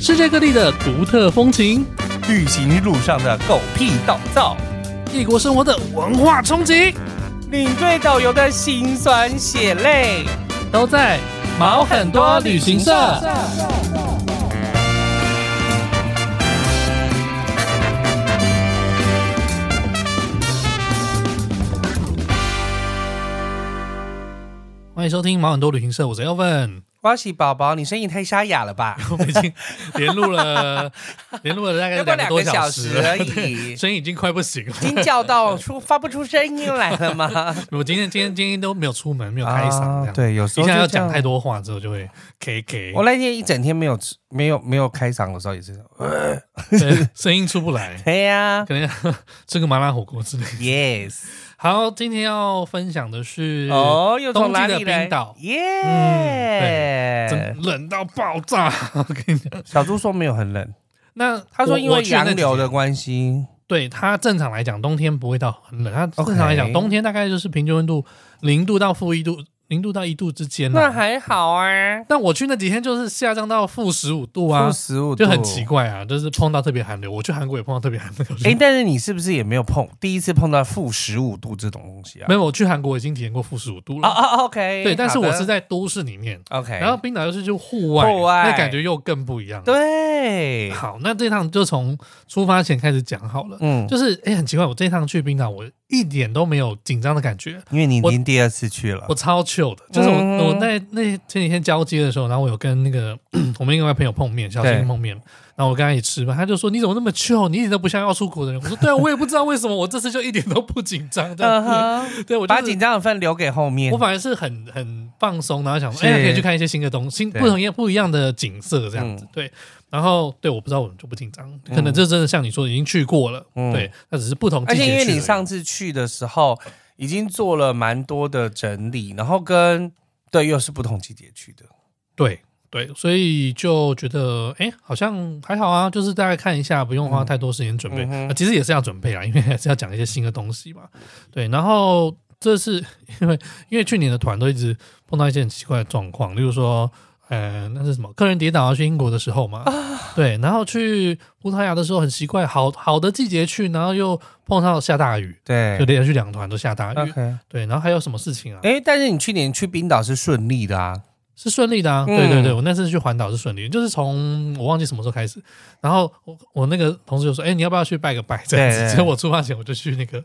世界各地的独特风情，旅行路上的狗屁倒灶，异国生活的文化冲击，领队导游的辛酸血泪，都在毛很多旅行社。欢迎收听毛很多旅行社，我是 Elvin。瓜喜宝宝，你声音太沙哑了吧？ 我们已经连录了，连录了大概要不两两多个小小时时了而已，声音已经快不行了已。经叫到出发不出声音来 了吗？我今天今天今天都没有出门，没有开嗓，这样、啊，对，有时一候下就要这样讲太。多话之后就会 K K，我那天一整天没有吃没有没有开嗓的时候也是， 对声音出不来，对呀可能要 吃个麻辣火锅之类的。 ，yes，好，今天要分享的是，哦，又从冬季哪的里来？冰岛嗯耶真！冷到爆炸。我跟你讲，小猪说没有很冷，那他说我因我为去的那洋几流天的关系，对它正常来讲，冬天不会到很冷。它正常来讲 OK 冬天大概就是平均温度零度到负一度，零度到一度之间啦那还好啊，但我去那几天就是下降到负十五度啊负，十五就很奇。怪啊，就是碰到特别寒流。我去韩国也碰到特别寒流。哎、但是你是不是也没有碰第一次碰到负十五度这种东西啊？ 没有，我去韩国已经体验过负十五度啊了。啊，OK，对，但是好的我是在都市里面， OK，然后冰岛又是就户外，户外那感觉又更不一样。，对，好，那这趟就从出发前开始讲好了。嗯，就是哎、很奇怪，我这趟去冰岛，我一点都没有紧张的感觉，因为你已我经第二次去了我，超 chill 的。就是我、嗯我在那前几天交接的时候，然后我有跟那个 我们另外朋友碰面，小新对碰面，然后我跟他一起吃饭，他就说你怎么那么 chill，你一点都不像要出国的人。我说对啊，我也不知道为什么，我这次就一点都不紧张。这样嗯子哼，对我就把是紧张的份留给后面我。反而是很很放松，然后想说，是哎、可以去看一些新的东西，新对嗯不同样不一样的景色这样子。对，然后对，我不知道我就不紧张，可能这真的像你说的，已经去过了。嗯对，那只是不同季而节且去因而已。为你上次去的时候已经做了蛮多的整理，然后跟对又是不同季节去的，对对，所以就觉得哎、好像还好啊，就是大概看一下，不用花太多时间准备、嗯哼啊其实也是要准备啊，因为还是要讲一些新的东西嘛。对，然后这是因为因为去年的团都一直碰到一些很奇怪的状况，例如说。呃，那是什么？客人跌倒啊，去英国的时候嘛，对，然后去葡萄牙的时候很奇怪，好好的季节去，然后又碰到下大雨，就对。嗯连续两团都下大雨， OK，对，然后还有什么事情啊？哎、但是你去年去冰岛是顺利的啊，是顺利的啊，嗯对对对，我那次去环岛是顺利，就是从我忘记什么时候开始，然后我我那个同事就说，哎、你要不要去拜个拜这样对子？对结果我出发前我就去那个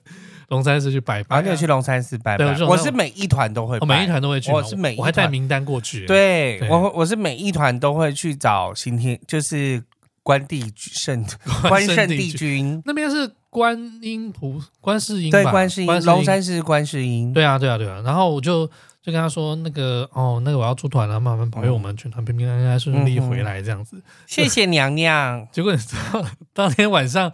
龙山寺去拜拜、然啊后你有去，龙山寺拜啊对拜我去，龙我山是每一团都会我拜，每一团都会去嘛，我是每一团我还带名单过去，， 对对我我是每一团都会去找新天，就是关帝君 圣关圣帝君，那边是观音菩观世音吧，对观世音，龙山寺观世音，对啊，对啊，对啊。然后我就就跟他说，那个哦，那个我要出团了，慢慢保佑我们全团平平安安、顺顺利利嗯嗯嗯回来这样子。谢谢娘娘，结果你知道，当天晚上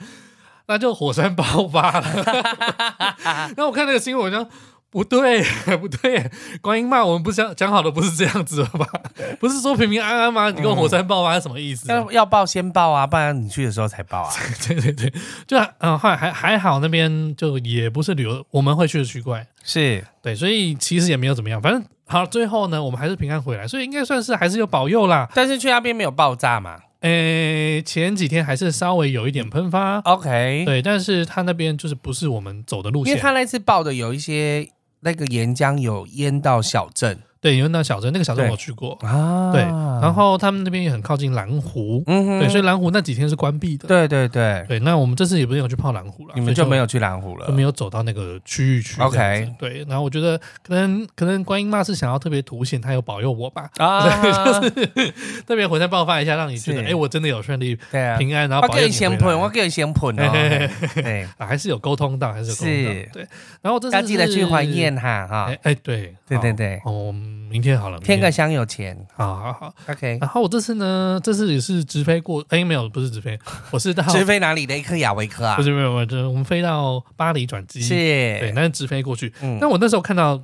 那就火山爆发了。然后我看那个新闻，我就不对， 不对，观音骂我们不讲讲好的不是这样子的吧？ 不是说平平安安吗？你跟火山爆发是什么意思啊、要要报先报啊，不然你去的时候才报啊。 对对对，就嗯、呃后来还还好，那边就也不是旅游我们会去的区块，是，对，所以其实也没有怎么样。反正好，最后呢，我们还是平安回来，所以应该算是还是有保佑啦。但是去那边没有爆炸嘛诶，前几天还是稍微有一点喷发， ？OK，对，但是他那边就是不是我们走的路因线，为他那次报的有一些那个岩浆有淹到小镇对，有那小镇，那个小镇对我去过，啊对，然后他们那边也很靠近蓝湖，嗯哼对，所以蓝湖那几天是关闭的，对对对，对，那我们这次也不是有去泡蓝湖了，你们就没有有去蓝湖了就没有走到那个区域去这样子 OK 对，然后我觉得可能可能观音妈是想要特别凸显她有保佑我吧， 啊？特别火山爆发一下，让你觉得是哎，我真的有顺利对啊，平安，然后我保给佑你你先回来喷，我给你先喷嘿哦。对，啊还是有沟通到，还是有沟通是到，对，然后这次要记得去还宴。宴哈哈哎，哎，对，对好对对哦，我们明天好了，明添个天啊香有钱。好好好。 OK，然后我这次呢，这次也是直飞过，哎，没有，不是直飞，我是到，直飞哪里的？一颗亚维克啊不？是没有，没有，就是我们飞到巴黎转机，对，是，那是直飞过去。嗯但我那时候看到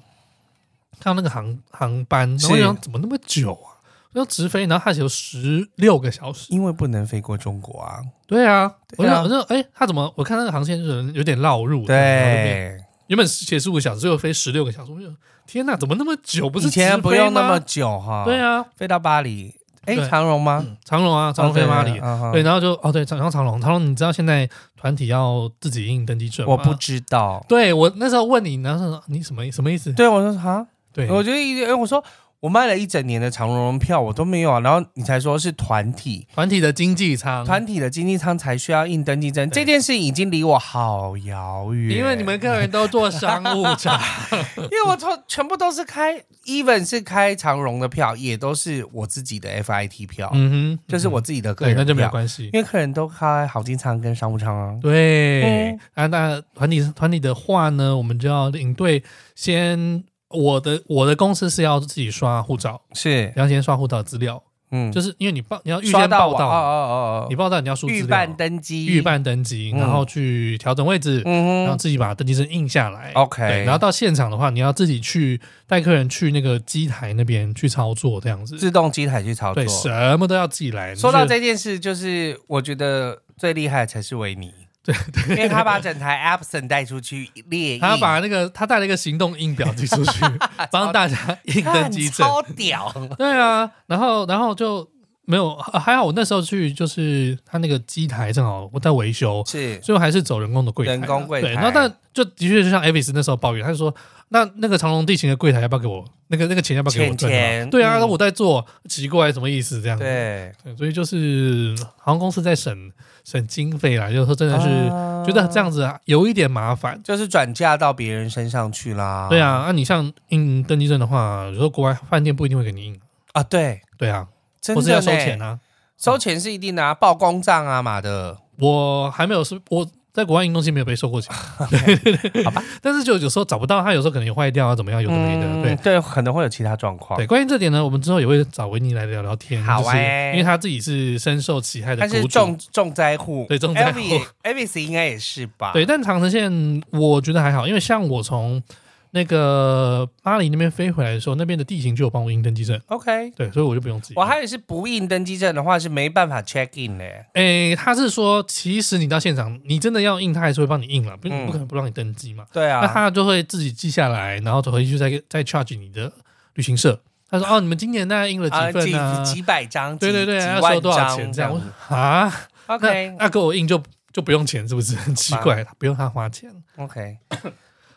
看到那个航航班，然后我是想怎么那么久啊？要直飞，然后它只有十六个小时。因为不能飞过中国啊。对啊，我对就啊我就哎，它怎么？我看那个航线就是有点绕路，然后就变，对，原本写十五个小时，最后飞十六个小时，我就天哪，怎么那么久？不是以前直不飞用那吗么久哈。对，啊，飞到巴黎，哎，对长荣吗？长隆啊，长隆飞马里，啊对，，然后就哦对，长然后长隆，长隆，你知道现在团体要自己印登机证吗？我不知道。对我那时候问你，然后说你什么什么意思？对，我说哈，对，我就一哎，我说我卖了一整年的长荣票，我都没有啊。然后你才说是团体，团体的经济舱，团体的经济舱才需要印登记证，对这件事已经离我好遥远。因为你们个人都做商务 舱，因为我从全部都是开，even 是开长荣的票，也都是我自己的 FIT 票，嗯哼， 就是我自己的个对，人那票，就没有关系。因为客人都开豪金仓跟商务舱啊。对嗯啊，那团体团体的话呢，我们就要领队先，我的我的公司是要自己刷护照，是，要先刷护照资料，嗯，就是因为你报你要预刷先到报我哦到，哦哦你哦，报到你要输预资办料，登机，预，办登机，嗯然后去调整位置，然后嗯哼自己把登机证印下来。对， ，OK，然后到现场的话，你要自己去带客人去那个机台那边去操作，这样子。自动机台去操作对，。什么都要自己来。说到就是，这件事，就是我觉得最厉害的才是 维尼，对对，因为他把整台 Abson 带出去列印，他把那个他带了一个行动印表寄出 去， 帮大家印登看机证。超屌，对啊，然后然后就没有，啊还好我那时候去就是他那个机台正好我在维修， 是所以我还是走人工的柜台啊。人工柜台对，那但就的确就像 Avis 那时候抱怨，他就说那那个长隆地勤的柜台要不要给我那个那个钱要不要给我挣钱啊？钱对啊，嗯我在做，奇怪什么意思这样子？ 对，对，所以就是航空公司在省省经费啦，就是说真的是啊觉得这样子啊有一点麻烦。就是转嫁到别人身上去啦。对啊，那、你像印登记证的话，有时候国外饭店不一定会给你印，啊，对，对啊，真或的是要收钱呢，啊。收钱是一定的啊，报公账啊嘛的。我还没有是，我在国外印东西没有被收过钱， 好吧。 但是就有时候找不到，它有时候可能也坏掉啊，怎么样，有的没的，嗯对。对，可能会有其他状况对，。关于这点呢，我们之后也会找维尼来聊聊天，好就是欸因为他自己是深受其害的他苦是主，重重灾户，对重灾户 a v i s 应该也是吧？对，但长城线我觉得还好，因为像我从那个巴黎那边飞回来的时候，那边的地形就有帮我印登记证， ，OK。对，所以我就不用自己印。我还以为是不印登机证的话是没办法 check in 的、诶、哎他是说，其实你到现场，你真的要印，他还是会帮你印了，不、嗯不可能不让你登记嘛。对那啊，他就会自己记下来，然后回去再再 charge 你的旅行社。他说：“哦，你们今年大概印了啊几份啊？几几百张，对对对，几要几收万多少张钱这这样？”我样子说 啊， ？OK 那那给我印就就不用钱，是不是很奇怪？不用他花钱。 OK，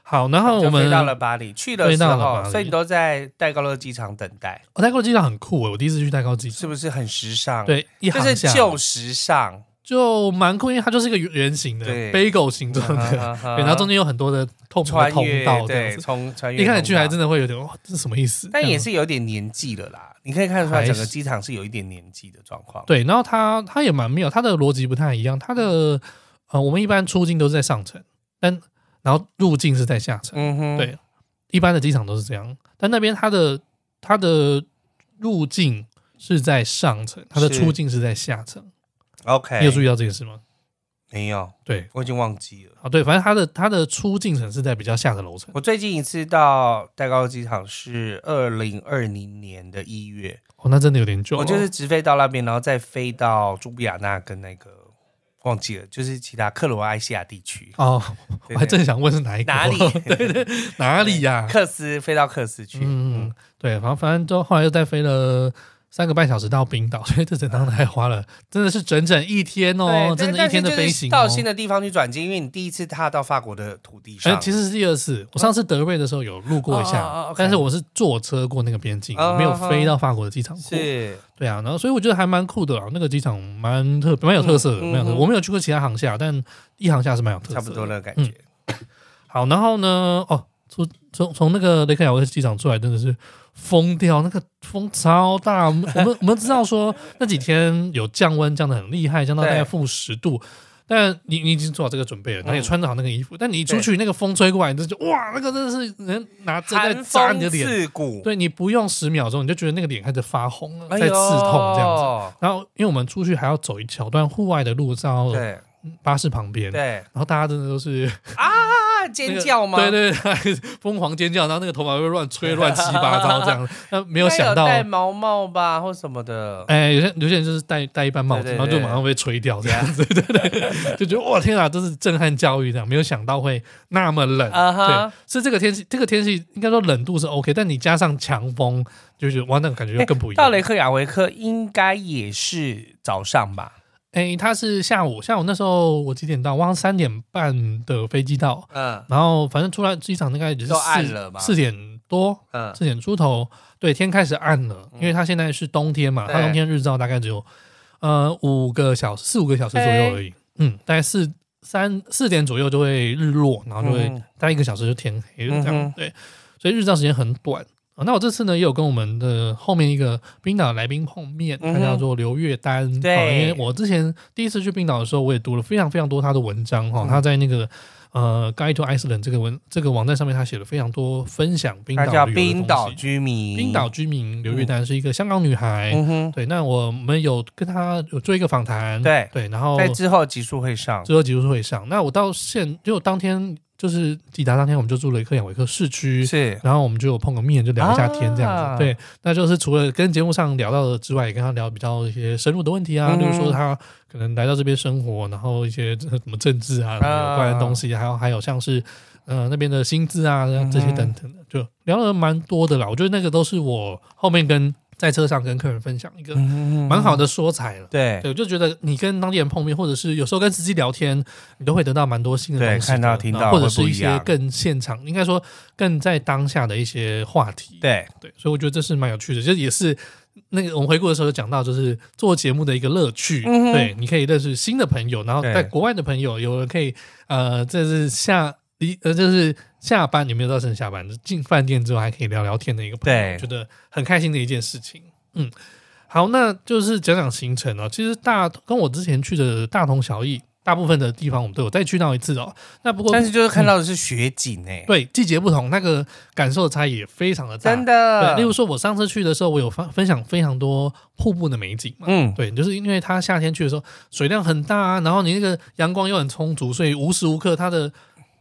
好，然哦后我就们飞到了巴黎，去的飞时到了巴候，黎所以你都在戴高乐机场等待，哦代购机场很酷诶，我第一次去代购机场，是不是很时尚？，对，一就航是下旧时尚，就蛮酷，因为它就是一个圆形的对 bagel 形嗯状的， 对，然然后中间有很多的透明的穿通越道这样对，子。从穿越一开始去还通道真的会有点哇，哦这是什么意思？但这也样子是有点年纪了啦，你可以看得出还来是整个机场是有一点年纪的状况。对，然后它它也蛮妙，它的逻辑不太一样，它的呃，我们一般出境都是在上层，但然后入境是在下层，嗯哼，对一般的机场都是这样，但那边它的它的入境是在上层，它的是哎出境是在下层， ，OK，你有注意到这个事吗？没有？对，我已经忘记了。啊对，反正它的它的出境层是在比较下的楼层，我最近一次到戴高乐机场是二零二零年的一月，哦，那真的有点久了，我就是直飞到那边，然后再飞到朱比亚纳跟那个忘记了，就是其他克罗埃西亚地区，哦，对我还对正想问是哪一国哪里对对， 哪里呀、克斯飞到克斯去。嗯，对，反正反正就后来又再飞了三个半小时到冰岛，所以这整趟还花了，真的是整整一天哦，对，真的但一天的但是飞就是行、哦。到新的地方去转机，因为你第一次踏到法国的土地哎、上，其实是第二次，我上次德瑞的时候有路过一下，哦哦哦，OK 但是我是坐车过那个边境，哦我没有飞到法国的机场过。是对啊，然后所以我觉得还蛮酷的啦，那个机场蛮特蛮有特色的，嗯蛮有特嗯色。哼我没有去过其他航厦，但一航厦是蛮有特色差的。嗯不多了感觉。好，然后呢，哦，出从从那个雷克雅未克机场出来，真的是疯掉，那个风超大。我们我们我们知道说那几天有降温，降的很厉害，降到大概对负十度。但你你已经做好这个准备了，然后也嗯穿着好那个衣服，但你一出去，那个风吹过来，你就觉得哇，那个真的是能拿针在寒扎你的风脸。刺骨，对你不用十秒钟，你就觉得那个脸开始发红了，哎在呦刺痛这样子。哦然后因为我们出去还要走一小段户外的路，到对巴士旁边，然对后大家真的都是啊，在尖叫吗？对对对，疯狂尖叫，然后那个头发会乱吹、乱七八糟这样。那没没有想到，戴毛帽吧，或什么的。哎，有些有些人就是戴戴一般帽子，对对然后就对马上被吹掉这样子，对对对，就觉得哇天啊，这是震撼教育这样，没有想到会那么冷。啊哈对，是这个天气，这个天气应该说冷度是 OK，但你加上强风，就觉得哇，那个感觉又哎更不一样。到雷克雅维克应该也是早上吧？哎，它是下午，下午那时候我几点到？我好像三点半的飞机到，嗯然后反正出来机场大概也是都暗四了吧四点多，嗯四点出头，对，天开始暗了，因为它现在是冬天嘛，对它冬天日照大概只有呃五个小时，四五个小时左右哎而已，嗯，大概四三四点左右就会日落，然后就会嗯大概一个小时就天黑了，这样、嗯哼对，所以日照时间很短。啊那我这次呢，也有跟我们的后面一个冰岛的来宾碰面，嗯他哼叫做刘月丹。对啊因为我之前第一次去冰岛的时候，我也读了非常非常多他的文章哈、嗯他在那个呃《Guide to Iceland》这个文这个网站上面，他写了非常多分享冰岛他叫旅游的冰岛东西居民，冰岛，居民刘月丹是一个香港女孩。嗯哼，对，那我们有跟她有做一个访谈，对对，然后在之后集数会上。之后集数会上。那我到现就当天就是抵达当天，我们就住了克雅维克市区，是，然后我们就有碰个面，就聊一下天这样子。啊对，那就是除了跟节目上聊到的之外，也跟他聊比较一些深入的问题啊，嗯例如说他可能来到这边生活，然后一些呃什么政治啊啊有关的东西，还有还有像是呃那边的薪资啊这些等等的，就聊了蛮多的啦。我觉得那个都是我后面跟在车上跟客人分享一个蛮嗯蛮好的说彩了。对对，我就觉得你跟当地人碰面，或者是有时候跟司机聊天，你都会得到蛮多新的对东西的，看到听到然后或者会是不一一样些更现场，应该说更在当下的一些话题。对，对，所以我觉得这是蛮有趣的，就也是那个我们回顾的时候有讲到，就是做节目的一个乐趣。嗯哼对，你可以认识新的朋友，然后对在国外的朋友，有人可以呃，这是下离呃，就是下班，你没有到真的下班，就进饭店之后还可以聊聊天的一个朋友，对觉得很开心的一件事情。嗯，好，那就是讲讲行程哦。其实大跟我之前去的大同小异，大部分的地方我们都有再去到一次哦。那不过但是就是看到的是雪景哎，嗯对季节不同，那个感受差异也非常的大。真的，对，例如说，我上次去的时候，我有分分享非常多瀑布的美景嘛。嗯，对，就是因为它夏天去的时候水量很大啊，然后你那个阳光又很充足，所以无时无刻它的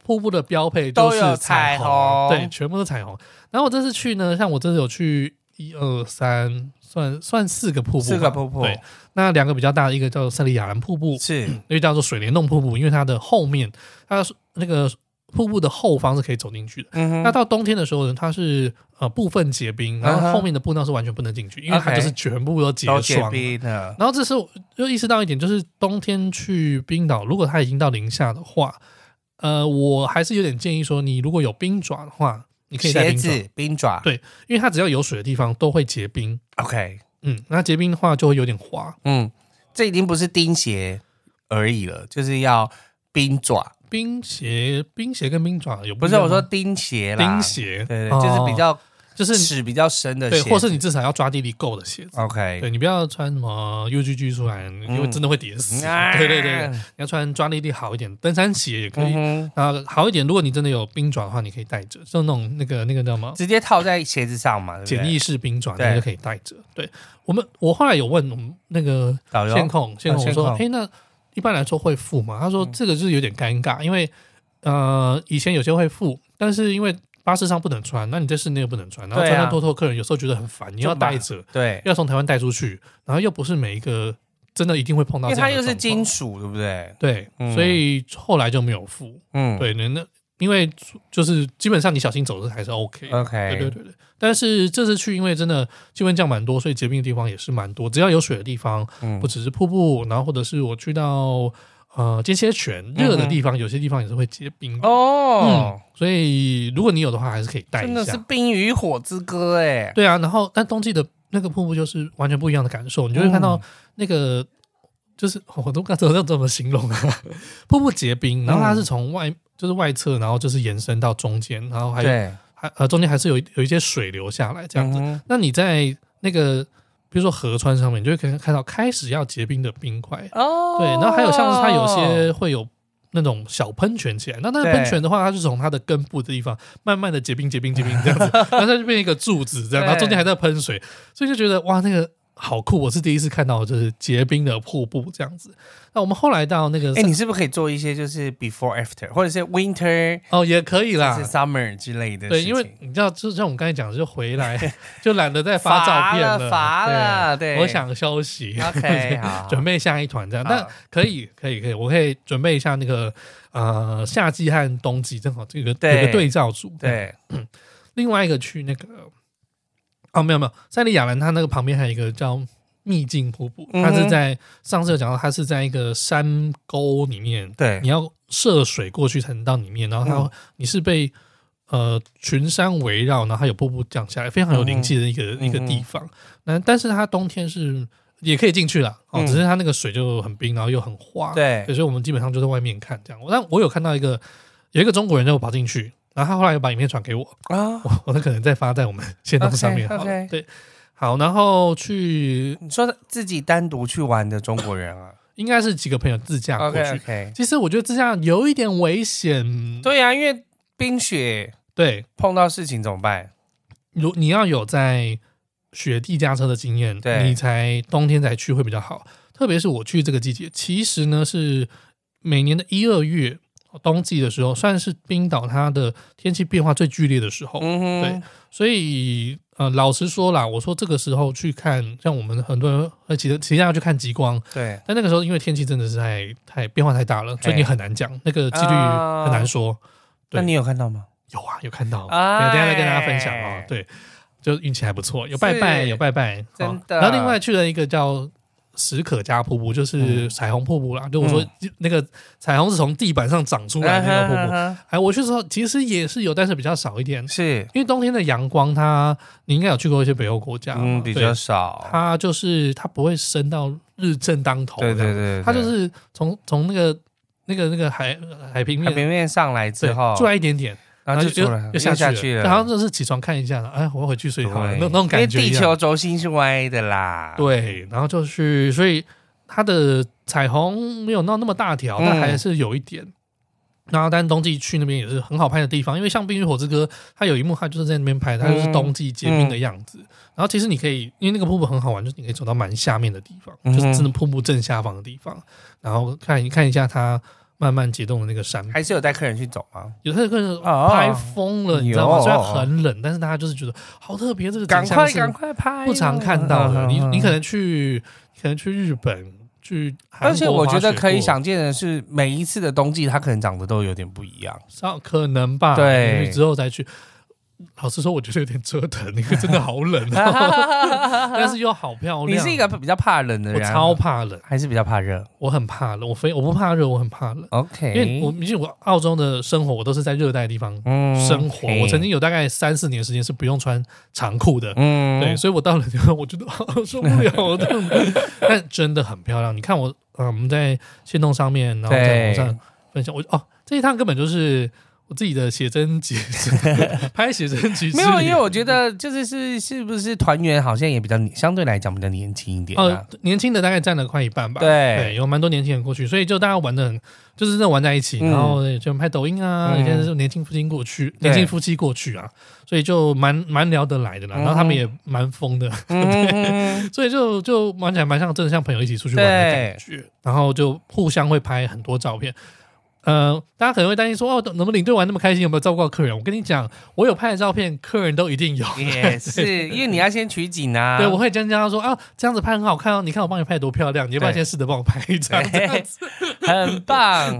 瀑布的标配都是有彩彩虹对，全部都彩虹。然后我这次去呢，像我这次有去一二三，算算四个瀑布吧，四个瀑布对，那两个比较大的，一个叫塞里亚兰瀑布，是，那个叫做水帘洞瀑布，因为它的后面，它是那个瀑布的后方是可以走进去的。嗯那哼，到冬天的时候呢，它是呃部分结冰，然嗯后哼后面的步道是完全不能进去，因为它 OK 就是全部都结都结霜。冰了，然后这时候就意识到一点，就是冬天去冰岛，如果它已经到零下的话，呃，我还是有点建议说，你如果有冰爪的话，你可以带鞋冰爪，子、冰爪对因为它只要有水的地方都会结冰。 ，OK，嗯，那结冰的话就会有点滑，嗯，这已经不是钉鞋而已了，就是要冰爪，冰鞋、冰鞋跟冰爪有不一是样我说吗钉鞋啦，冰，鞋，对对，哦就是比较就是你尺比较深的对，鞋子，或是你至少要抓地力够的鞋子。 OK，对你不要穿什么 UGG 出来，你嗯会真的会跌死。对对对，对你要穿抓地力好一点，登山鞋也可以。啊嗯哼，然后好一点，如果你真的有冰爪的话，你可以带着，就那种那个那个叫什么直接套在鞋子上嘛，对不对简易式冰爪，对你就可以带着。对我们，我后来有问我们那个导游线控，线控我哎啊线说，控嗯哎，那一般来说会付吗？他说这个就是有点尴尬，因为呃以前有些会付，但是因为巴士上不能穿，那你在室内又不能穿，然后对啊穿到多脱，客人有时候觉得很烦，你要带着。对，要从台湾带出去，然后又不是每一个真的一定会碰因到为这它样的又状况，是金属，对不对？对，嗯所以后来就没有付。嗯，对，那那因为就是基本上你小心走是还是 OK 的。 ，OK，对对对对，但是这次去，因为真的气温降蛮多，所以结冰的地方也是蛮多。只要有水的地方，嗯不只是瀑布，然后或者是我去到呃间歇泉热的地方，有些地方也是会结冰的。嗯哦，所以如果你有的话，还是可以嗯带一下。真的是冰与火之歌哎，对啊，然后但冬季的那个瀑布就是完全不一样的感受，你就会看哦到那个、就是我都不知道怎么形容啊， 瀑布结冰，然后嗯它是从外、就是外侧，然后就是延伸到中间，然后还有对，还呃中间还是有一有一些水流下来这样子。嗯哼那你在那个比如说河川上面，你就会可以看到开始要结冰的冰块，哦，对，然后还有像是它有些会有。那种小喷泉起来，那那个对喷泉的话，它是从它的根部的地方慢慢的结冰、结冰、结冰这样子，然后它就变一个柱子这样，然后中间还在喷水，所以就觉得哇，那个好酷！我是第一次看到就是结冰的瀑布这样子。那我们后来到那个哎、你是不是可以做一些就是 before after，或者是 winter 哦，也可以啦还是，summer 之类的对，事情？因为你知道，就像我们刚才讲的，就回来 就懒得再乏发照片了，乏了，对，我想休息 OK 好，准备下一团这样。好但可以，可以，可以，我可以准备一下那个呃夏季和冬季，正好这个有对个对照组。，对另外一个去那个哦，没有没有，塞利亚兰它那个旁边还有一个叫秘境瀑布，嗯哼它是在上次有讲到，它是在一个山沟里面，对你要涉水过去才能到里面，然后它、嗯你是被呃群山围绕，然后它有瀑布降下来，非常有灵气的一个、嗯哼一个地方。那但是它冬天是也可以进去了，哦，嗯只是它那个水就很冰，然后又很滑，对，对，所以我们基本上就在外面看这样。但我有看到一个有一个中国人让我跑进去，然后他后来又把影片传给我， 啊，我我可能再发在我们线动上面好了。 OK，OK 对，好，然后去你说自己单独去玩的中国 人啊应该是几个朋友自驾过去。 ，OK OK，其实我觉得自驾有一点危险，对呀、因为冰雪对，碰到事情怎么办？如你要有在雪地驾车的经验，对你才冬天才去会比较好。特别是我去这个季节，其实呢是每年的一二月冬季的时候，算是冰岛它的天气变化最剧烈的时候。嗯哼，对所以呃，老实说啦，我说这个时候去看，像我们很多人呃，其实其实要去看极光，对但那个时候因为天气真的是太太变化太大了，所以你很难讲，那个几率啊很难说。对那你有看到吗？有啊，有看到，哎等一下再跟大家分享哦。对，就运气还不错，有拜拜，是有拜拜，真哦的然后另外去了一个叫史可加瀑布，嗯就是彩虹瀑布啦。就我说那个彩虹是从地板上长出来的那个瀑布。啊哈哎，我去的时候其实也是有，但是比较少一点啊哈，是，因为冬天的阳光它，你应该有去过一些北欧国家嘛，嗯，比啊对较少，它就是它不会升到日正当头这对样，对对，对它就是从从那个那个那个海海平它面平面上来之对后，出来一点点，然后就又出来又下下去了，然后就是起床看一下了，哎，我要回去睡对好了，那那种感觉因一为地样球轴心是歪的啦，对，然后就是所以它的彩虹没有闹那么大条，嗯但还是有一点。然后，但冬季去那边也是很好拍的地方，因为像《冰与火之歌》，它有一幕，它就是在那边拍，它嗯就是冬季结冰的样子。然后，其实你可以，因为那个瀑布很好玩，就是你可以走到蛮下面的地方，嗯哼就是真的瀑布正下方的地方，然后看一看一下它慢慢解冻的那个山还是有带客人去走吗？有些人哦拍疯了，你知道吗？有哦虽然很冷，但是大家就是觉得好特别，这个赶景象快是赶快拍，不常看到的。嗯你你可。嗯嗯能去，你可能去日本，去韩国而且我觉得可以滑想见的是，每一次的冬季，它可能长得都有点不一样。雪过，上哦可能吧。对你之后再去。老实说，我觉得有点折腾，因为真的 好 冷、哦，但是又好漂你亮。是一个比较怕冷的我人啊，超怕冷，还是比较怕热我很怕冷，我非我不怕热，我很怕冷， ？OK，因为我毕竟我澳洲的生活，我都是在热带地方嗯生活。 OK 我曾经有大概三四年时间是不用穿长裤的，嗯对，所以我到了之后，我觉得受不了这样子，但真的很漂亮。你看我，呃，我们在线动上面，然后在网对上分享，我哦，这一趟根本就是我自己的写真集， 拍写真集之没旅，有，因为我觉得就是是是不是团员好像也比较年相对来讲比较年轻一点呃啊，，年轻的大概占了快一半吧，对对，有蛮多年轻人过去，所以就大家玩的很，就是真的玩在一起，嗯然后就拍抖音啊，嗯有些人是年轻夫妻过去，对年轻夫妻过去啊，所以就蛮蛮聊得来的啦，嗯然后他们也蛮疯的，嗯，所以就就玩起来蛮像真的像朋友一起出去玩的感觉，然后就互相会拍很多照片。呃，大家可能会担心说，哦，怎么领队玩那么开心，有没有照顾到客人？我跟你讲，我有拍的照片，客人都一定有。也是，因为你要先取景嗯啊，对，我会跟大家说啊，这样子拍很好看哦，你看我帮你拍多漂亮，你要不要对先试着帮我拍一 张？这样子很 棒，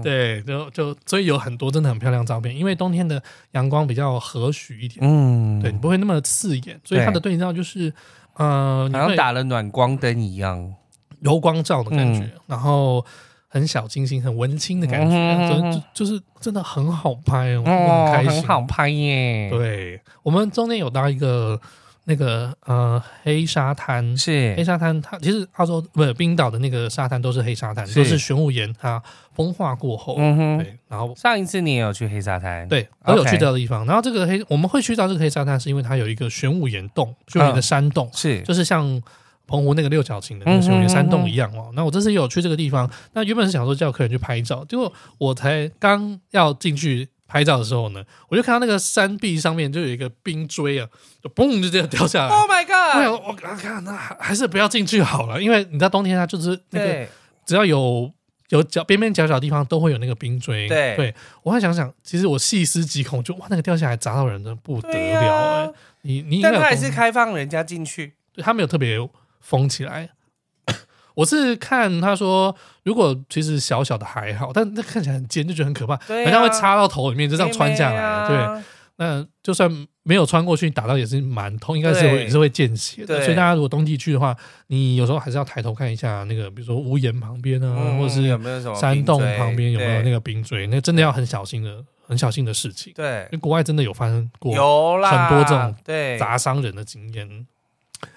对，就就所以有很多真的很漂亮照片，因为冬天的阳光比较和煦一点，嗯，对，你，不会那么刺眼，所以它的对照就是，呃，你好像会打了暖光灯一样，柔光照的感觉，嗯然后很小清新、很文青的感觉，嗯就哼就就是真的很好拍哦，我哦，很开很心。好拍耶，，对我们中间有到一个那个呃黑沙滩，黑是，沙滩它其实澳洲不是冰岛的那个沙滩都是黑沙滩，是都是玄武岩它风化过后，嗯哼，对，然后上一次你也有去黑沙滩，，对，都有 OK 去掉的地方。然后这个黑我们会去到这个黑沙滩，是因为它有一个玄武岩洞，玄武嗯岩的山洞，是，就是像澎湖那个六角形的嗯那个玄武岩山洞一样哦。那我这次也有去这个地方，那原本是想说叫客人去拍照，结果我才刚要进去拍照的时候呢，我就看到那个山壁上面就有一个冰锥啊，就嘣就直接掉下来。 Oh my 我想 god！说，我看看那还还是不要进去好了，因为你知道冬天它就是那个对，只要有有角边边角角的地方都会有那个冰锥。对我还想想，其实我细思极恐，就哇那个掉下来砸到人真的不得了对哎、呀你你应该但有他还东是开放人家进去。对他没有特别封起来。我是看他说，如果其实小小的还好，但那看起来很尖，就觉得很可怕，对啊啊好像会插到头里面，就这样穿下来。对，对那就算没有穿过去，打到也是蛮痛，应该是对会也是会见血的。对所以大家如果冬季去的话，你有时候还是要抬头看一下那个，比如说屋檐旁边啊，嗯，或者是有没有什么山洞旁边有没有那个？个冰锥，那真的要很小心的，很小心的事情。对因，为国外真的有发生过，有啦，很多这种对砸伤人的经验。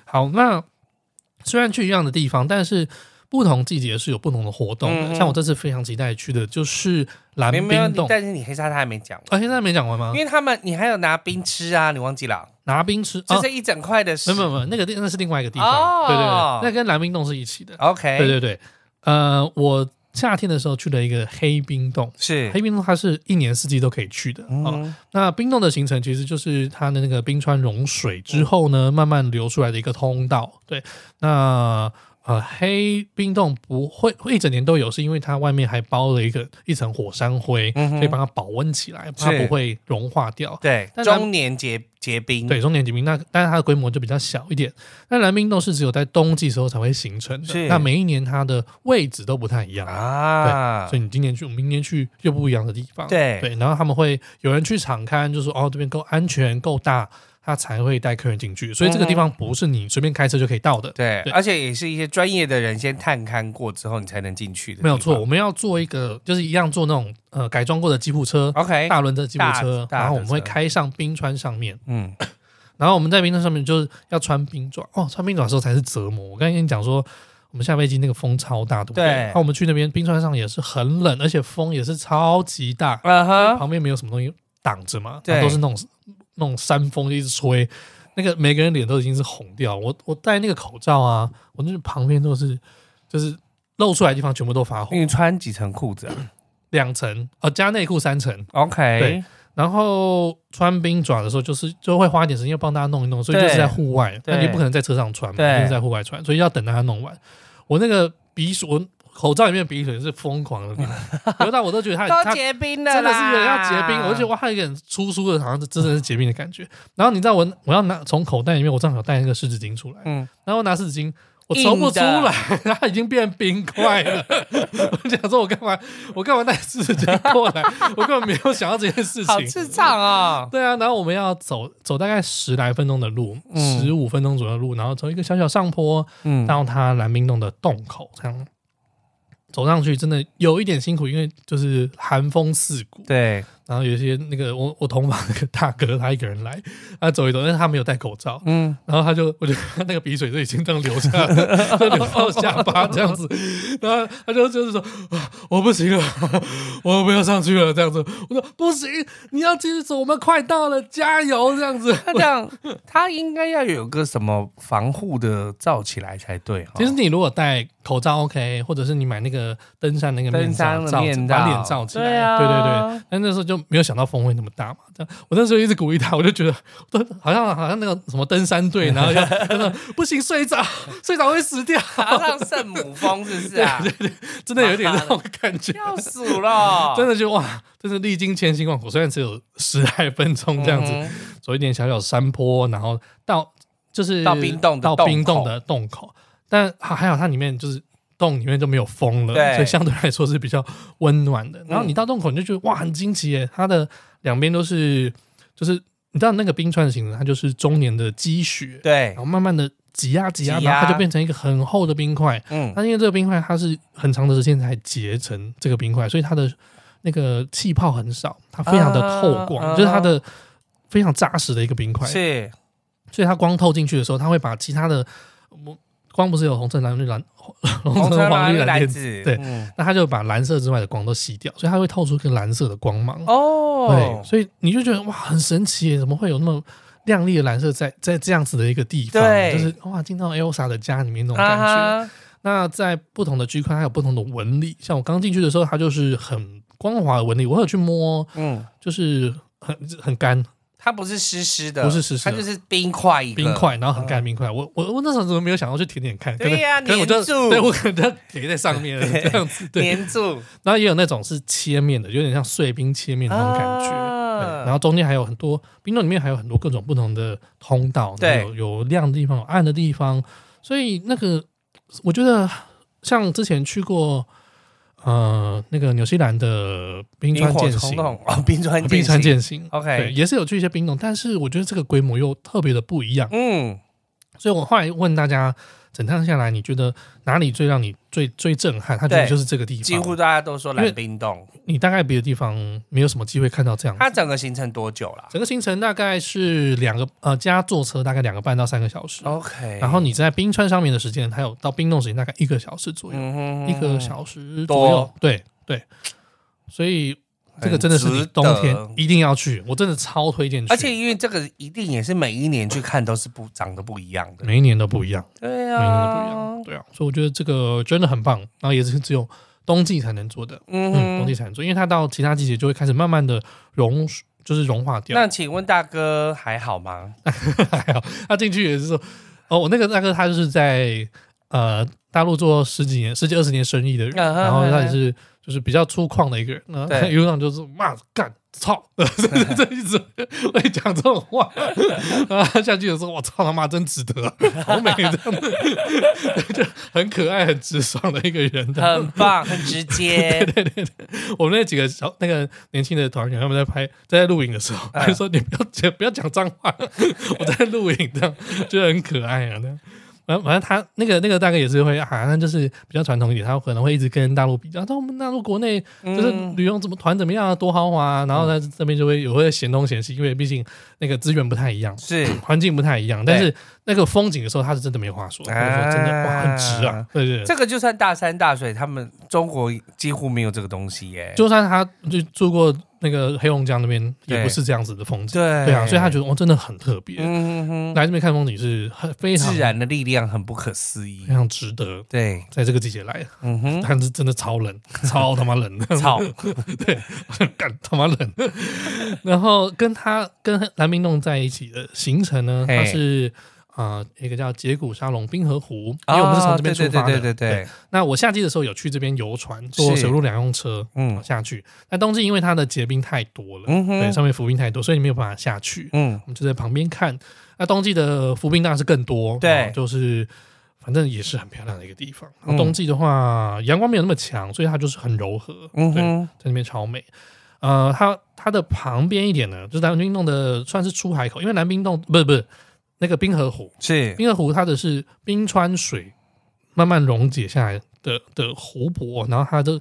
好，那虽然去一样的地方，但是不同季节是有不同的活动的。嗯嗯像我这次非常期待去的就是蓝没有没有冰洞，，啊，哎但是你黑沙他还没讲，现在没讲完吗因？为他们你还有拿冰吃啊，你忘记了？拿冰吃啊就？是一整块的没石有没有没有，那个地那是另外一个地方，哦哎对对对，那跟蓝冰洞是一起的。 ，OK，对对对，呃，我夏天的时候去了一个黑冰洞。是，黑冰洞它是一年四季都可以去的、哦。嗯，那冰洞的形成其实就是它的那个冰川融水之后呢，慢慢流出来的一个通道。对，那呃黑冰洞不会会一整年都有，是因为它外面还包了一个一层火山灰，嗯哼所以把它保温起来，它不会融化掉。对，但咱们中年结结冰，对，中年结冰，那但是它的规模就比较小一点。那蓝冰洞是只有在冬季时候才会形成的是，那每一年它的位置都不太一样。啊，所以你今年去，明年去又不一样的地方。对对，然后他们会有人去场刊，就说哦这边够安全够大，他才会带客人进去。所以这个地方不是你随便开车就可以到的，对，对而且也是一些专业的人先探勘过之后，你才能进去的。没有错。我。们要做一个，就是一样做那种呃改装过的吉普车， OK，大轮子的吉普车，哎大大的然后我们会车开上冰川上面，嗯，然后我们在冰川上面就是要穿冰爪。哦，穿冰爪的时候才是折磨。我刚才跟你讲说。我们下飞机那个风超大，对不对？对然后我们去那边冰川上也是很冷，而且风也是超级大，嗯哼，旁边没有什么东西挡着嘛，对然后都是那种那种山风就一直吹，那个每个人脸都已经是红掉。我我戴那个口罩啊，我那旁边都是就是露出来的地方全部都发红，你穿几层裤子啊两层呃加内裤三层， ？OK，对然后穿冰爪的时候就是就会花一点时间帮大家弄一弄，所以就是在户外，对那你不可能在车上穿嘛，对一定是在户外穿，所以要等大家弄完。我那个鼻水，我口罩里面的鼻水是疯狂 的流，流到我都觉得它都它结冰了啦，真的是有点要结冰，我就觉得哇，它有点粗粗的，好像是真的是结冰的感觉。然后你知道我我要拿从口袋里面，我正好带那个湿纸巾出来，嗯，然后我拿湿纸巾。我抽不出来， 它已经变冰块了。 我想说，我干嘛？我干嘛带湿纸巾过来？我根本没有想到这件事好情。智障啊！对啊，然后我们要走走大概十来分钟的路，嗯十五、分钟左右的路，然后从一个小小上坡嗯，到它蓝冰洞的洞口，这样走上去真的有一点辛苦，因为就是寒风刺骨。对，然后有一些那个我我同房那个大哥他一个人来，他走一走，但是他没有戴口罩，嗯，然后他就我就他那个鼻水就已经这样流下来了，就流到下巴这样子，然后他就就是说啊我不行了，我不要上去了这样子，我说不行，你要继续走，我们快到了，加油这样子。那这样 他应该要有个什么防护的罩起来才对哦哈。其实你如果戴口罩 OK，或者是你买那个登山那个面登罩山的罩面罩把脸罩起来，对啊对对对。但那时候就没有想到风会那么大嘛，这样我那时候一直鼓励他，我 就觉得都好像好像那个什么登山 队，然后要真的不行睡着， 睡着会死掉，爬上圣母峰是不是 啊？真的有点那种感觉。要死 了，真的就哇，真是历经千辛万苦，虽然只有十来分钟这样子，嗯哼走一点小小山坡，然后到就是到冰洞的到洞冰洞口的洞口，但还还好它里面就是洞里面就没有风了，对嗯所以相对来说是比较温暖的。然后你到洞口你就觉得哇，很惊奇耶，它的两边都是就是你知道那个冰川的形成，它就是中年的积雪，对然，后慢慢的挤压挤压，挤压然后它就变成一个很厚的冰块。嗯，那因为这个冰块它是很长的时间才结成这个冰块，所以它的那个气泡很少，它非常的透光，啊就是它的非常扎实的一个冰块。是，所以它光透进去的时候，它会把其他的我光不是有红橙蓝绿蓝 红红橙橙黄黄绿绿蓝蓝靛紫，紫，对嗯那它就把蓝色之外的光都吸掉，所以它会透出一个蓝色的光芒。哦对，，所以你就觉得哇，很神奇耶，怎么会有那么亮丽的蓝色在在这样子的一个地方？对就是哇，进到 Elsa 的家里面那种感觉。啊哈，那在不同的区块，它有不同的纹理。像我刚进去的时候，它就是很光滑的纹理，我有去摸，嗯，就是很很干它不是湿湿的，不是湿湿的它就是冰块一个冰。块，然后很干冰块。我我我那时候怎么没有想要去舔舔看？可能对呀可能我就粘住对我可能就叠在上面了这样子。对，粘住然后也有那种是切面的，有点像碎冰切面的那种感觉。对啊然后中间还有很多冰冻里面还有很多各种不同的通道，对有有亮的地方，有暗的地方，所以那个我觉得像之前去过呃那个纽西兰的冰川萤火践虫行，洞哦， 冰川冰川行践行 OK 对，也是有去一些冰洞，但是我觉得这个规模又特别的不一样，嗯，所以我后来问大家，整趟下来你觉得哪里最让你最最震撼？他觉得对就是这个地几乎方，大家都说因为蓝冰洞。你大概别的地方没有什么机会看到这样子。它整个行程多久啦整个行程大概是两个呃加坐车大概两个半到三个小时， ？OK，然后你在冰川上面的时间，还有到冰冻时间大概一个小时左右，嗯哼一个小时左右多，对对，所以这个真的是很值你得冬天一定要去，我真的超推荐去，而且因为这个一定也是每一年去看都是不长得不一样的，每一年都不一样，对每一年都不一啊样，，对啊，所以我觉得这个真的很棒，然后也是只有冬季才能做的，嗯嗯，冬哼季才能做，因为它到其他季节就会开始慢慢的融，就是融化掉。那请问大哥还好吗？还好，他进去也是说，哦，我那个大哥他就是在呃大陆做十几年、十几二十年生意的人，啊哈然后他也是就是比较粗犷的一个人，然后对一路上就是骂干操， 这一直会讲这种话，然后他下去的时候，我操他妈真值得，啊好美这样子， 就很可爱、很直爽的一个人。很棒，很直 接，我们那几个小那个年轻的团员，他们在拍在录影的时候， 哎他就说：“你不要讲不要讲脏话， 我在录影，这样觉得很可爱啊。”这样，反正反正他那个那个大概也是会，好、啊、像就是比较传统一点，他可能会一直跟大陆比较，但我们大陆国内就是嗯旅游怎么团怎么样啊，多豪华、啊，然后在这边就会有会嫌东嫌西，因为毕竟那个资源不太一样，是环境不太一样，对哎但是那个风景的时候，他是真的没话说，或者说真的哇很值啊啊，对对对。这个就算大山大水，他们中国几乎没有这个东西耶。就算他就住过那个黑龙江那边，也对不是这样子的风景。对对啊，所以他觉得哦，真的很特别。嗯哼哼，来这边看风景是很非常自然的力量很不可思议非。常值得，对，在这个季节来，嗯哼，但是真的超 冷，超他妈冷的，草 干他妈冷。然后跟他跟蓝冰洞在一起的行程呢，嘿它是啊一个叫节谷沙龙冰河湖，因啊为我们是从这边出发的。对对对对对，那我夏季的时候有去这边游船，坐是水陆两用车嗯下去。那冬季因为它的结冰太多了，嗯对，哼，上面浮冰太多，所以你没有办法下去。嗯我们就在旁边看。那冬季的浮冰当然是更多，对然后就是反正也是很漂亮的一个地方。然嗯后冬季的话，阳光没有那么强，所以它就是很柔和，嗯对，哼，在那边超美。呃，它它的旁边一点呢，就是南冰洞的算是出海口，因为南冰洞不是不是那个冰河湖，是冰河湖它的是冰川水慢慢溶解下来的的湖泊，哦然后它的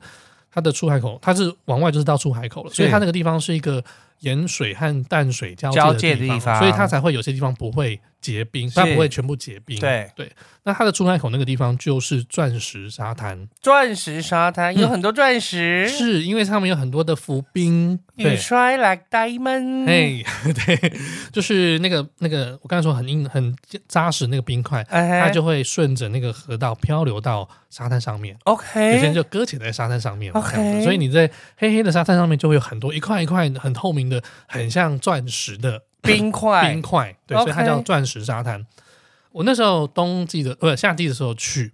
它的出海口，它是往外就是到出海口了，是所以它那个地方是一个盐水和淡水交交界的界的地哦地方所以它才会有些地方不会结冰，是它不会全部结冰。，对那它的出海口那个地方就是钻石沙滩，钻石沙滩，有很多钻石，嗯是因为上面有很多的浮冰， You 对。 try like diamond，哎， 对，就是那个那个，我刚才说很硬、很扎实那个冰块，哎，它就会顺着那个河道漂流到沙滩上面，有些人 OK，就搁浅在沙滩上面了哎 OK 这样子所以你在黑黑的沙滩上面就会有很多一块一块很透明的，很像钻石的 冰块冰块，对，所 OK 以它叫钻石沙滩。我那时候冬季的呃夏季的时候去，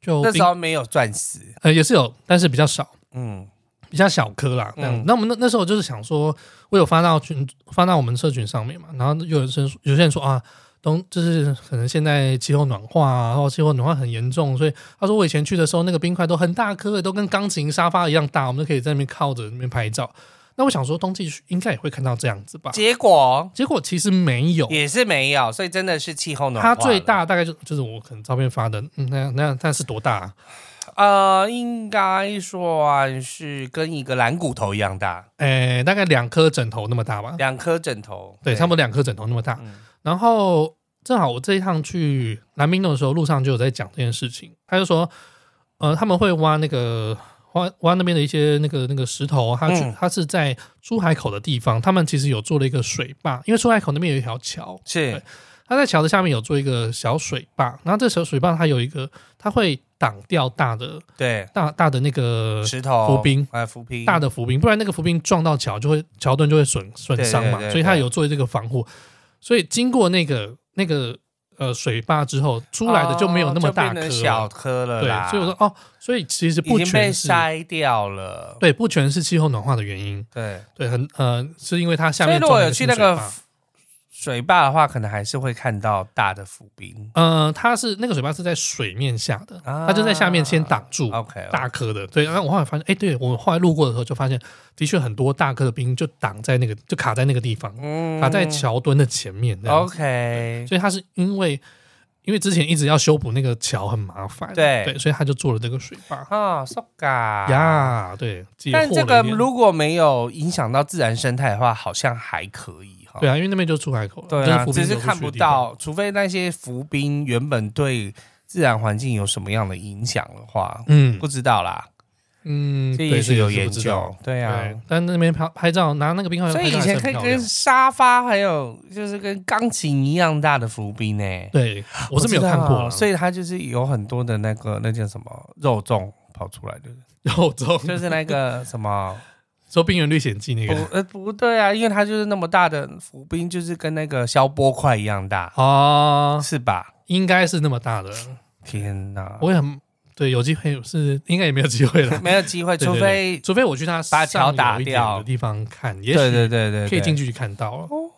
就那时冰候没有钻石，呃也是有，但是比较少，嗯，比较小颗啦。这样，那我们那那时候就是想说，我有发到群，发到我们社群上面嘛，然后有人说，有些人说啊，东就是可能现在气候暖化啊，然后气候暖化很严重，所以他说我以前去的时候，那个冰块都很大颗，都跟钢琴沙发一样大，我们就可以在那边靠着那边拍照。那我想说，冬季去应该也会看到这样子吧？结果结果其实没有，也是没有，所以真的是气候暖化它了。最大大概就就是我可能照片发的，嗯、那那那是多大、啊？呃，应该算是跟一个蓝骨头一样大，诶、大概两颗枕头那么大吧？两颗枕头，对，差不多两颗枕头那么大。嗯然后正好我这一趟去南冰洞的时候，路上就有在讲这件事情。他就说，呃，他们会挖那个挖挖那边的一些那个那个石头，啊他去、嗯他是在出海口的地方，他们其实有做了一个水坝，因为出海口那边有一条桥，是他在桥的下面有做一个小水坝，然后这小水坝它有一个，它会挡掉大的对，大大的那个石头呃浮冰哎，浮冰大的浮冰，不然那个浮冰撞到桥就会桥墩就会损损伤嘛对对对，对所以它有做这个防护。所以经过那个那个呃水坝之后，出来的就没有那么大哦就颗变了，成小颗了对啦。，所以我说哦，所以其实不已经被全是筛掉了。对，不全是气候暖化的原因，对，对，很呃是因为它下所以面如果种了有去清那水个坝水坝的话，可能还是会看到大的浮冰。呃，它是那个水坝是在水面下的，啊它就在下面先挡住 OK，大颗的。对，然后我后来发现，哎，对我后来路过的时候就发现，的确很多大颗的冰就挡在那个，就卡在那个地方，嗯哦卡在桥墩的前面这样子。 OK，所以它是因为因为之前一直要修补那个桥很麻烦，对对，所以他就做了这个水坝。啊，so ga 呀，对，解但惑这了个一点如果没有影响到自然生态的话，好像还可以哈。对啊，因为那边就出海口了，对就是啊，浮冰只是流出看去不的地方。到，除非那些浮冰原本对自然环境有什么样的影响的话，嗯不知道啦。嗯，这对也这许有个是研不知道究，对啊对。，但那边拍拍照拿那个冰块，所以以前可以跟沙发还有就是跟钢琴一样大的浮冰呢、对，我是没有看知道啊过啊啦，所以它就是有很多的那个那叫什么肉粽跑出来的，肉粽 就是那个 什么说《冰原历险记》那不个呃不对啊，因为它就是那么大的浮冰，就是跟那个消波块一样大，啊，是吧？应该是那么大的，天哪，，我也很对，有机会是应该也没有机会了没有机会， 对除对对非除非我去它把桥打上游一点掉的地方看，也对对许对对，可以进去。去看到了，哦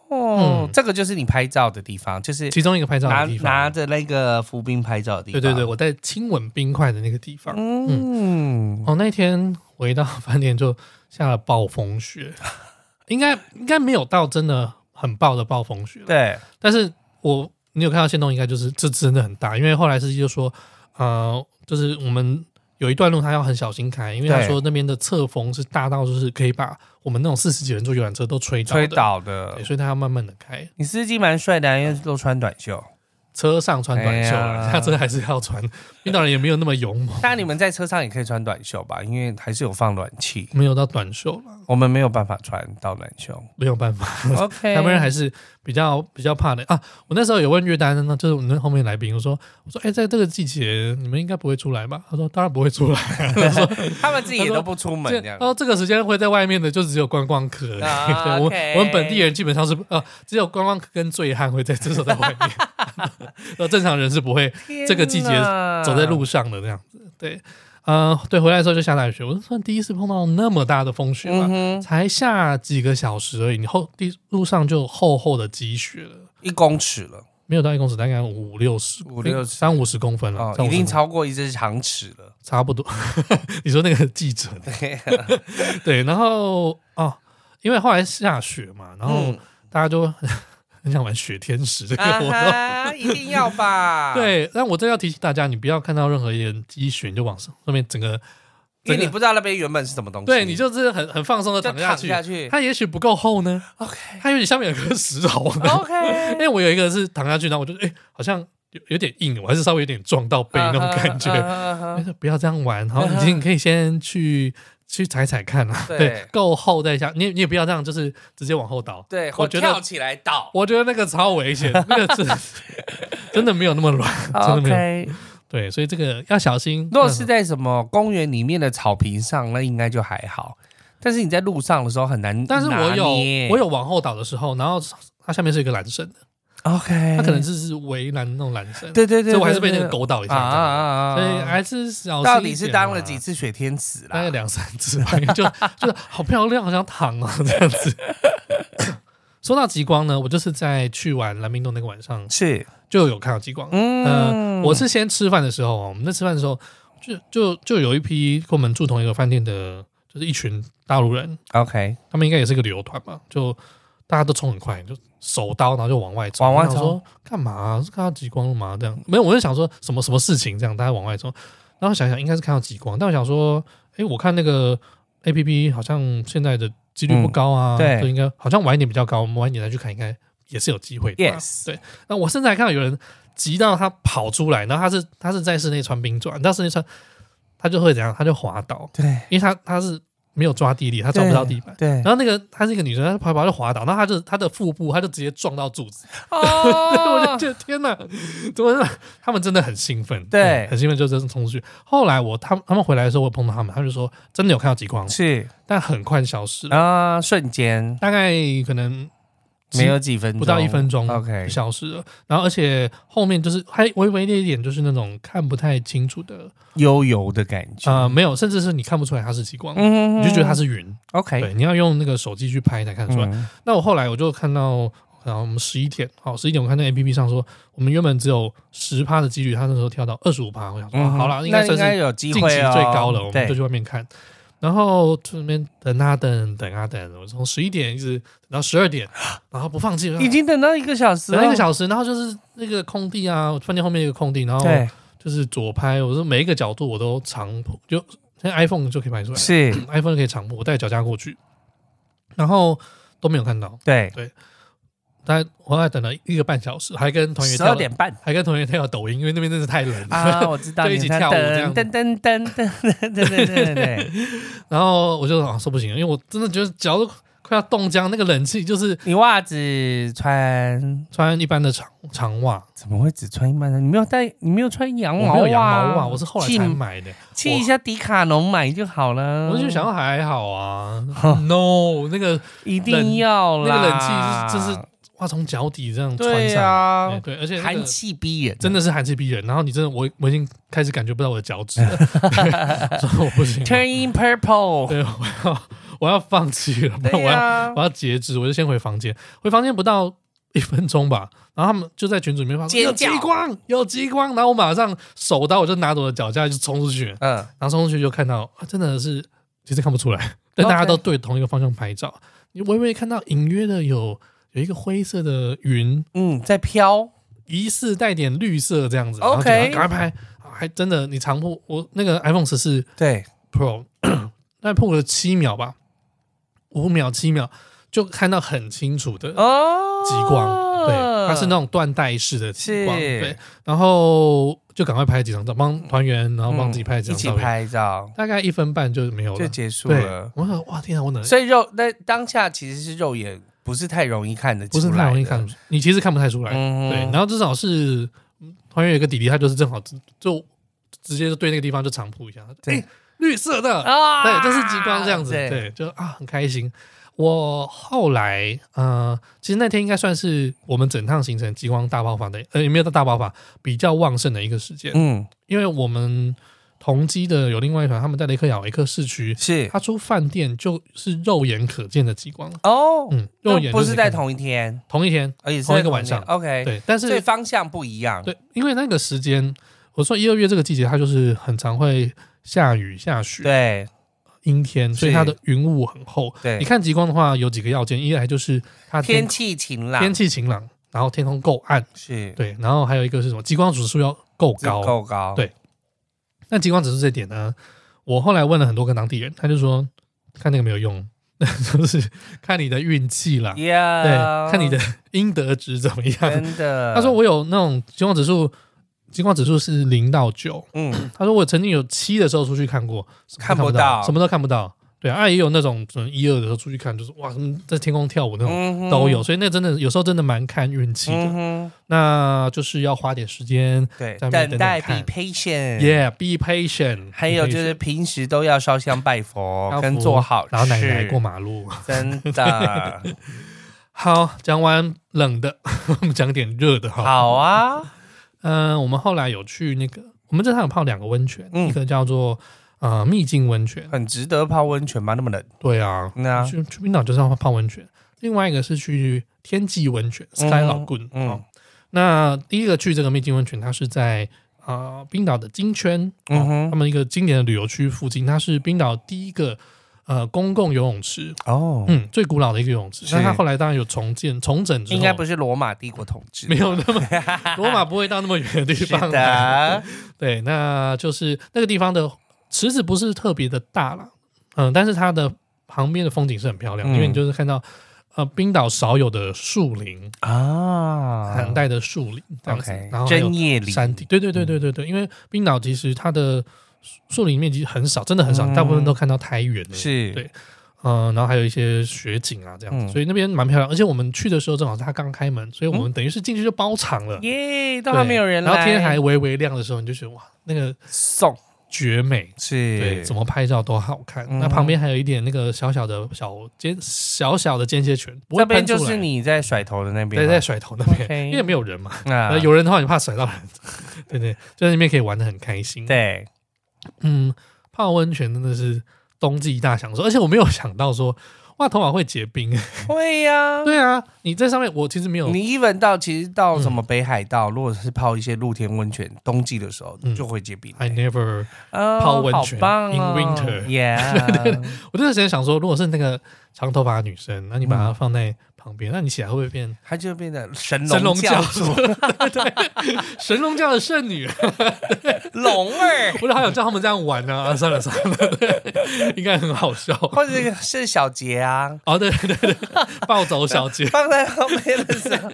嗯，这个就是你拍照的地方，就是其中一个拍照拿的地拿方。着那个浮冰拍照的地对对方。对，，我在亲吻冰块的那个地方。嗯，哦，那天回到饭店就下了暴风雪，应该应该没有到真的很暴的暴风雪了，对，但是我你有看到线动，应该就是这真的很大，因为后来司机就说，呃，就是我们有一段路他要很小心开，因为他对说那边的侧风是大到就是可以把我们那种四十几人坐游览车都吹倒的吹，倒的对，。所以他要慢慢的开，你司机蛮帅的啊，因为都穿短袖。车上穿短袖 哎了，呀下车还是要穿，冰岛人也没有那么勇猛，但你们在车上也可以穿短袖吧，因为还是有放暖气，没有到短袖了，我们没有办法穿到短 袖。没有办法。 OK，台湾人还是是比较比较怕的啊！我那时候有问月丹，那就是我们后面来宾，我说我说哎、在这个季节你们应该不会出来吧？他说当然不会出来，他们自己也都不出门这这样他。说这个时间会在外面的就只有观光客，啊对我 OK 我们本地人基本上是呃只有观光客跟醉汉会在这时候在外面， 那正常人是不会这个季节天哪走在路上的那样子。对，呃，对，回来的时候就下大雪，我算第一次碰到那么大的风雪吧，嗯哼，才下几个小时而已，你后地路上就厚厚的积雪了。一公尺了，没有到一公尺，大概五六十，五六十三五十公分了哦，，三已五十公分经超过一只长尺了。 差不多。你说那个记者 对，然后哦，因为后来下雪嘛，然后嗯大家就很 很想玩雪天使这个啊活动。哈，一定要 吧？，对，但我真的要提醒大家，你不要看到任何一点积雪你就往上上面整个，因为你整个不知道那边原本是什么东西，对你就是很很放松的就躺下躺去。下去。它也许不够厚呢， OK 哦它有点下面有颗石头呢。 因 OK，为我有一个是躺下去，然后我就哎、好像有有点硬，我还是稍微有点撞到啊背那种感 觉。觉没事，不要这样玩。好，嗯你你可以先去去踩踩看啊，对对，够厚再下。你你也不要这样，就是直接往后倒。对，我或觉得跳起来倒。我觉得那个超危险， 那个真的真的没有那么 软， 真的没有。啊 OK，对，所以这个要小心。如果是嗯在什么公园里面的草坪上，那应该就还好。但是你在路上的时候很难拿但捏，是我有我有往后倒的时候，然后它下面是一个缆绳的， OK，它可能就是围栏那种缆绳，哎对对对，所以我还是被那对个对勾倒一啊啊啊下。这啊！样所以还是小心一点啦到底是当了几？次雪天使大概啦？两三次吧， 就就是好漂亮，好想躺啊这样子。说到极光呢，我就是在去完蓝冰洞那个晚上是，就有看到极光。嗯呃，我是先吃饭的时候，哦我们在吃饭的时候，就就就有一批跟我们住同一个饭店的，就是一群大陆人， OK，他们应该也是个旅游团吧，就大家都冲很快，就手刀然后就往外冲，往外我想冲说干嘛、啊是看到极光了吗？这样没有，我就想说什么什么事情这样，大家往外冲，然后想想应该是看到极光，但我想说，哎、我看那个 A P P 好像现在的几率不高啊，嗯对所以应该好像晚一点比较高，我们晚一点再去看，应该也是有机会的吧。 Yes 对，那我甚至还看到有人急到他跑出来，然后他是他是在室内穿冰爪，你知道室内穿他就会怎样，他就滑倒，对，因为他他是没有抓地力，她抓不到地板。对然，后那个她是一个女生，她跑跑就滑倒，然后她就她的腹部，她就直接撞到柱子。 对，我就哦，觉得天哪，怎么是他们真的很兴奋？嗯对很兴奋就真的冲出去。后来我他们他们回来的时候，我碰到他们，他们就说真的有看到极光，是但很快消失了，啊，瞬间大概可能几没有几分钟，不到一分钟，OK，就消失了。然后而且后面就是还微微的一点，就是那种看不太清楚的，悠游的感觉，呃，没有，甚至是你看不出来它是极光，嗯你就觉得它是云。 OK，对，你要用那个手机去拍才看得出来。嗯那我后来我就看到，然后我们十一点，好，十一点我看那 A P P 上说，我们原本只有十趴的几率，它那时候跳到二十五趴，我想说、啊嗯好了，应那该应算该是有机近会期哦最高了，我们就对去外面看。然后这边等啊等，等啊等，我从十一点一直等到十二 点，然后不放弃，已经等到一个小时等了了，一个小时，然后就是那个空地啊，我饭店后面有个空地，然后对，就是左拍，我说每一个角度我都长谱，就现在 iPhone 就可以拍出来是， ，iPhone 可以长谱，我带脚架过去，然后都没有看到，对，但我还等了一个半小时，还跟团员十跳二了，点 半还跟团员跳抖音，因为那边真是太冷了。啊，我知道，就一你起在跳舞这样噔噔噔噔噔噔噔噔噔噔， 然后我就啊说不行，因为我真的觉得脚都快要冻僵，那个冷气就是你袜子穿穿一般的长长袜，怎么会只穿一般的？你没有带，你没有穿羊我毛没袜，有羊哦毛袜，我是后来去才买的。去一下迪卡侬买就好了。我就想，还好啊嗯，no 那个一定要那个啦冷气就是就是哇，从脚底这样穿对上来，呀对，对，而且那个寒气逼人，真的的是寒气逼人。然后你真的，我我已经开始感觉不到我的脚趾 了，说我不行了， turn in purple。对，我要我要放弃了，不然对啊我要呀我，要截肢，我就先回房间。回房间不到一分钟吧，然后他们就在群组里面发说尖有叫激光，有激光，然后我马上手刀我就拿着我的脚架就冲出去，然嗯，后冲出去就看到，啊、真的是其实看不出来，但大家 OK 都对同一个方向拍照，你微微看到隐约的有有一个灰色的云，嗯，在飘，疑似带点绿色这样子 OK 然后就赶快拍，啊还真的你长铺我那个 iPhone 十四对， Pro，那破了七秒吧，五秒七秒就看到很清楚的哦，极光，对，它是那种缎带式的极光，是对，然后就赶快拍几张照，帮团员，然后帮自己拍几嗯一张起照片，拍照大概一分半就没有就了，结束对了，。我想哇，天啊，我哪所以肉那当下其实是肉眼不是太容易看得出不来是的，太容易看出，你其实看不太出来，嗯对，然后至少是嗯团员有一个弟弟，他就是正好就就直接就对那个地方就长扑一下，对哎，绿色的，啊对，这是极光这样子，对，对，就啊很开心。我后来，呃，其实那天应该算是我们整趟行程极光大爆发的，呃，也没有到大爆发，比较旺盛的一个时间，嗯，因为我们同机的有另外一团，他们在雷克雅维克市区，是他出饭店就是肉眼可见的极光，哦，嗯，那肉眼不就是可以在看同一天，同一天，而且是同一在个晚一天上，OK，，对，但所以是方向不一样，对，因为那个时间，我说一二月这个季节，它就是很常会下雨下雪，对阴天，所以是它的云雾很厚。对你看极光的话，有几个要件，一来就是它天气晴朗，天气晴朗，然后天空够暗，是对，然后还有一个是什么？极光指数要够是高。够高，对那极光指数这点呢，我后来问了很多个当地人，他就说看那个没有用， 就是看你的运气啦，呀，对，看你的阴德值怎么样。真的，他说我有那种极光指数，极光指数是零到九，嗯，他说我曾经有七的时候出去看过，什么都看不不到什么都看不到。对啊，也有那种可能一二的时候出去看，就是哇，什么在天空跳舞那种嗯哼都有，，所以那真的有时候真的蛮看运气的。嗯哼，那就是要花点时间对，在那边等待等 be 等看 patient， ，Yeah，be patient。还有就是平时都要烧香拜佛，要跟扶做好老奶奶事过马路。真 的好，讲完冷的，我们讲点热的哈。好啊，嗯、我们后来有去那个，我们这趟有泡两个温泉，嗯一个叫做呃秘境温泉，很值得泡温泉吗？那么冷，对啊，那去去冰岛就是要泡温泉，另外一个是去天际温泉 Sky 老棍。嗯哦，那第一个去这个秘境温泉，它是在啊、呃冰岛的金圈，哦嗯哼他们一个经典的旅游区附近，它是冰岛第一个呃公共游泳池，哦，嗯，最古老的一个游泳池。是那它后来当然有重建重整之后，应该不是罗马帝国统治，没有那 么罗马不会到那么远的地是方 啊。的，对，那就是那个地方的池子不是特别的大啦，嗯，但是它的旁边的风景是很漂亮，嗯因为你就是看到呃冰岛少有的树林，啊寒带的树林这样子 OK，然后还有针叶林山地，对对对对对对，因为冰岛其实它的树林里面其实很少，真的很少，嗯大部分都看到苔原的。是，对嗯、然后还有一些雪景啊这样子，嗯所以那边蛮漂亮。而且我们去的时候正好是它刚开门，所以我们等于是进去就包场了，耶，都对还没有人来，然后天还微微亮的时候，你就觉得哇，那个送，绝美。是，对，怎么拍照都好看。嗯那旁边还有一点那个小小的小间小小的间歇泉，不会这边喷出就来是你在甩头的那边对，吗，在甩头那边 OK 因为没有人嘛。啊呃，，有人的话你怕甩到人， 对对，就在那边可以玩的很开心。， 对，嗯，泡温泉真的是冬季大享受，而且我没有想到说哇，头发会结冰。 会呀，对啊，你在上面我嗯其实没有，你一闻到，其实到什么北海道，如果是泡一些露天温泉，冬季的时候嗯就会结冰。 I never，哦泡温泉好棒 in 哦 winter yeah， 我那时间想说，如果是那个长头发的女生，那你嗯把她放在旁边，那你起来会不会变它就变成神神龙龙教教主？ 主对对，神龙教的圣女， 龙儿，我就好想叫他们这样玩呢、啊。算了算了， 对应该很好笑。或者是小杰啊。哦，对对对，暴走小姐。放在旁边的时候，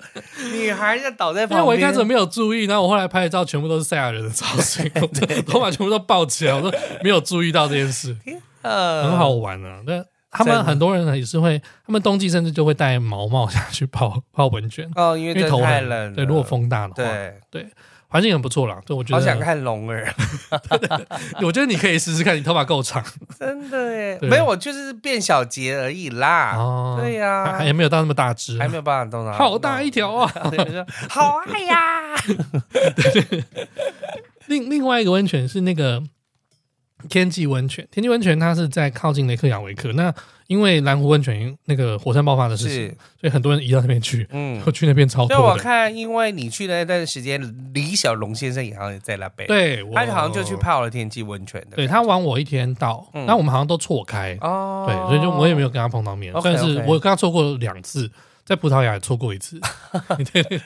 女孩就倒在因为旁我一开边始。没有注意，然后我后来拍的照全部都是赛亚人的造型， 我头发全部都抱起来，我都没有注意到这件事，呃很好。玩啊。但他们真的很多人呢也是会，他们冬季甚至就会戴毛帽下去泡泡温泉，哦，因为因真为的头太很冷了。对，如果风大的话，对，环境很不错啦。对，我觉好想得，看龙儿，我觉得你可以试试看，你头发够长真的耶！对没有，我就是变小杰而已啦。哦， 对呀还，还没有到那么大只，啊还没有办法动到。好大一条啊！然后就 说好爱呀！另另外一个温泉是那个天际温泉，天际温泉它是在靠近雷克雅维克。那因为蓝湖温泉那个火山爆发的事情是，，所以很多人移到那边去，嗯 我，去那边超所以我多的。看，因为你去的那段时间，李小龙先生也好像也在那边，，对，我他好像就去，泡了天际温泉的，对他晚我一天到，嗯那我们好像都错开，哦，对，所以就我也没有，有跟他碰到面， OK，但是 OK 我跟他错过两次。在葡萄牙也错过一 次，对对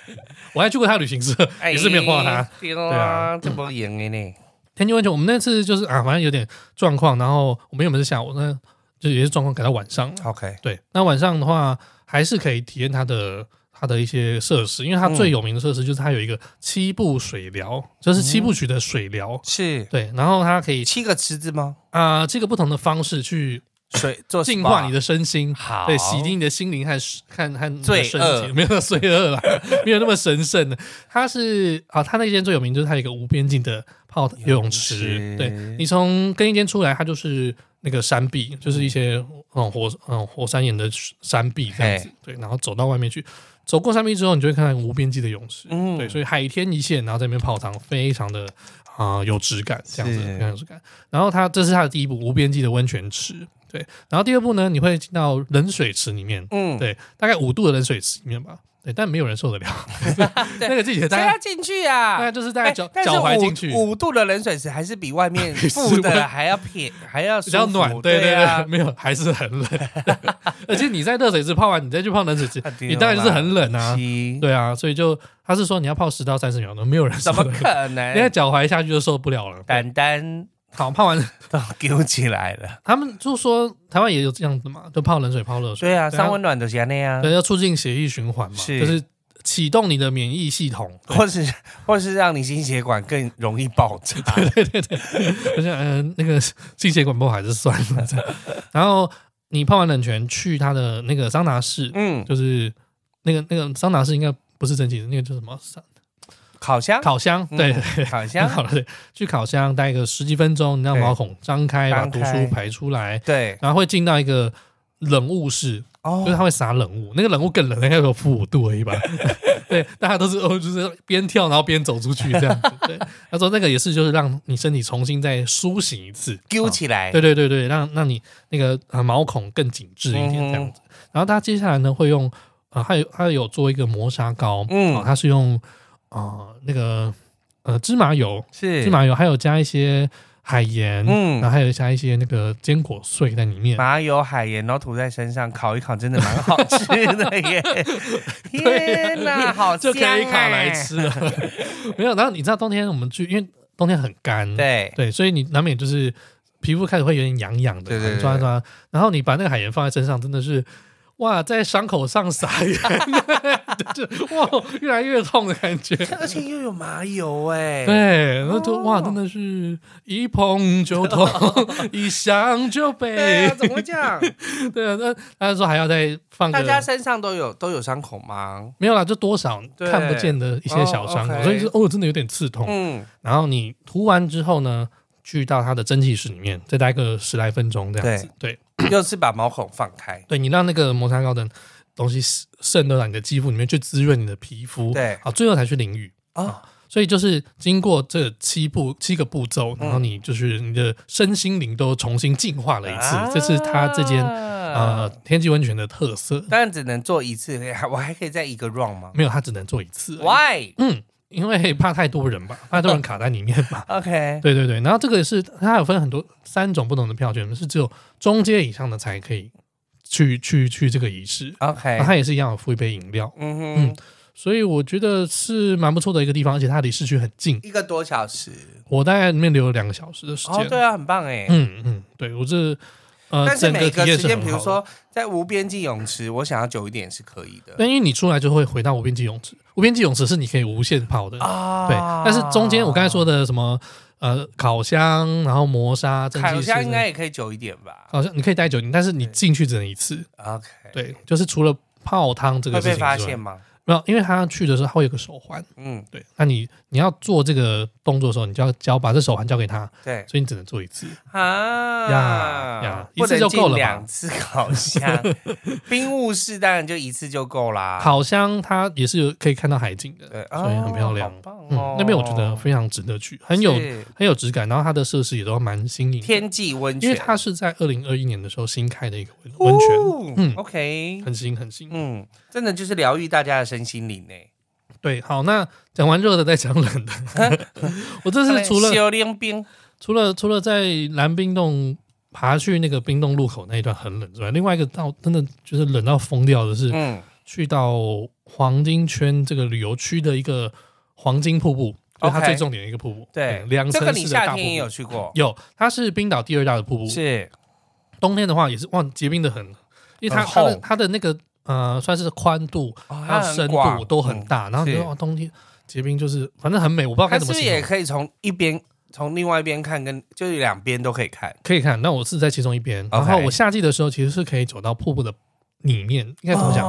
我还去过他的旅行社，哎也是没有碰到他。，对对啊，啊这么赢的呢，天气温泉，我们那次就是啊，反正有点状况，然后我们原本是下午，那就也是状况改到晚上。 OK，对，那晚上的话还是可以体验它的它的一些设施，因为它最有名的设施就是它有一个七步水疗，就是七部曲的水疗。嗯是对，然后它可以七个池子吗？啊、这个不同的方式去水做净化你的的身心，好，对，洗涤你的心灵和是和和你的罪身恶体，没有那么罪恶啦， 没有那么神圣的。它是啊，它那间最有名就是它有一个无边境的泡游泳池，对你从更衣间出来，它就是那个山壁，就是一些嗯火嗯火山岩的山壁这样子，对，然后走到外面去，走过山壁之后，你就会看到无边际的泳池，嗯对，所以海天一线，然后在那边泡汤，非常的啊、有质感，这样子是非常有质感。然后它这是它的第一步，无边际的温泉池，对，然后第二步呢，你会进到冷水池里面，嗯，对，大概五度的冷水池里面吧，对，但没有人受 得了，那个季节大谁概要进去大啊概？就是大概哎脚但是脚踝进五去，五度的冷水池还是比外面比室附温的还要撇，还要比较舒服暖，对对啊对，没有，还是很冷。 而且你在热水池泡完，你再去泡冷水池啊，对你当然是很冷啦啊。七 对啊，所以就他是说你要泡十到三十秒钟，没有 人受怎么得 了，可能？因为脚踝下去就受不了了。丹丹好，泡完都揪起来了。他们就说台湾也有这样子嘛，就泡冷水、泡热水，对啊，对啊三温暖的是那样对，，要促进血液循环嘛，是就是启动你的免疫系统。 或是或是让你心血管更容易爆炸。我想，嗯、那个心血管不好还是算了。这样 然后你泡完冷泉去他的那个桑拿室，嗯，就是那个那个桑拿室应该不是蒸汽，那个叫什么桑烤箱，烤箱？对，嗯烤很 箱，好了，对，去烤箱待个十几分钟，你让毛孔张开，把张毒开素排出来，对，然后会进到一个冷雾室，就是哦，它会撒冷雾，那个冷雾更冷，应该有负五度而已吧？ 对，大家都是哦，就是边跳然后边走出去这样子。对，他说那个也是，就是让你身体重新再苏醒一次，揪起来，对对对对，让让你那个啊毛孔更紧致一点嗯哼这样子。然后它接下来呢会用啊，还有它有做一个磨砂膏，嗯哦它是用啊那个呃芝麻油，是芝麻油还有加一些海盐，嗯欸然后还有加一些那个坚果碎在里面。麻油、海盐，然后涂在身上烤一烤，真的蛮好吃的 耶！天哪，好就可以香烤哎来。吃了， 没有。然后你知道冬天我们去，因为冬天很干，对，对，所以你难免就是皮肤开始会有点痒痒的，啊对对对抓一抓。然后你把那个海盐放在身上，真的是哇，在伤口上撒盐， 就是哇，越来越痛的感觉。而且又有麻油哎、 对，然后就哇，真的是一碰就痛， 一想 就哦对悲啊，。怎么会这样？ 对啊，那他说还要再放大家个。身上都有都有伤口吗？没有啦，就多少对看不见的一些小伤口哦，，OK 所以是哦，真的有点刺痛。 嗯，然后你涂完之后呢，去到它的蒸汽室里面，再待个十来分钟这样子。对，又是把毛孔放开，对你让那个摩擦膏的东西渗渗透到你的肌肤里面，去滋润你的皮肤。对好，最后才去淋浴。哦，所以就是经过这七步七个步骤，嗯然后你就是你的身心灵都重新净化了一次，这是它这间呃啊，天际温泉的特色。当然只能做一次，我还可以再一个 round 吗没有，它只能做一次。！ ？Why？OK，、嗯，因为怕太多人 吧，怕太多人卡在里面吧。 OK 对对对，然后这个是它有分很多三种不同的票券，是只有中阶以上的才可以去去去这个仪式， OK，然后它也是一样有付一杯饮料，嗯哼，啊嗯所以我觉得是蛮不错的一个地方，而且它离市区很近，一个多小时，我大概里面留了两个小时的时间。哦，对啊，很棒哎、嗯嗯，对我这呃，但是整每一体个验是时很间，好比的如，说在无边际泳池，我想要久一点是可以的但因为你出来就会回到无边际泳池，无边际泳池是你可以无限泡的，啊。对，但是中间我刚才说的什么呃烤箱，然后磨砂蒸烤汽室啊箱应该也可以久一点吧好像你可以带酒精，但是你进去只能一次。 ？OK，，啊对，就是除了泡汤这个会事情被之外发现吗？没有，因为他去的时候他会有个手环，嗯，对，那你你要做这个动作的时候，你就要交把这手环交给他，对所以你只能做一次。啊呀呀不能一次就够了吧进两次烤 箱，冰雾室当然就一次就够啦。，烤箱它也是有可以看到海景的，对，所以很漂亮哦好棒嗯哦，那边我觉得非常值得去，很有是很有质感，然后它的设施也都蛮新颖的，天际温泉，因为它是在二零二一年的时候新开的一个温温泉，嗯嗯，OK，很新很新。嗯，真的就是疗愈大家的身心灵诶。对，好，那讲完热的再讲 冷的，我这次除了修炼冰，除了除了在蓝冰洞爬去那个冰洞路口那一段很冷之外，另外一个到真的就是冷到疯掉的是，嗯，去到黄金圈这个旅游区的一个黄金瀑布，就是它 OK 最重点的一个瀑布。对，两这个层你式的夏大瀑天也有布。嗯去过，有，它是冰岛第二大的瀑布。是冬天的话也是哇，结冰的很，因为它很它厚的它的那个呃，算是宽度哦还它有很深广度都很嗯大，然后你是就哇，冬天结冰就是反正很美，我不知道该它怎是么不是形也容。可以从一边从另外一边看，跟就是两边都可以看？可以看，那我是在其中一边，然 OK 后我夏季的时候其实是可以走到瀑布的里面，应该怎么讲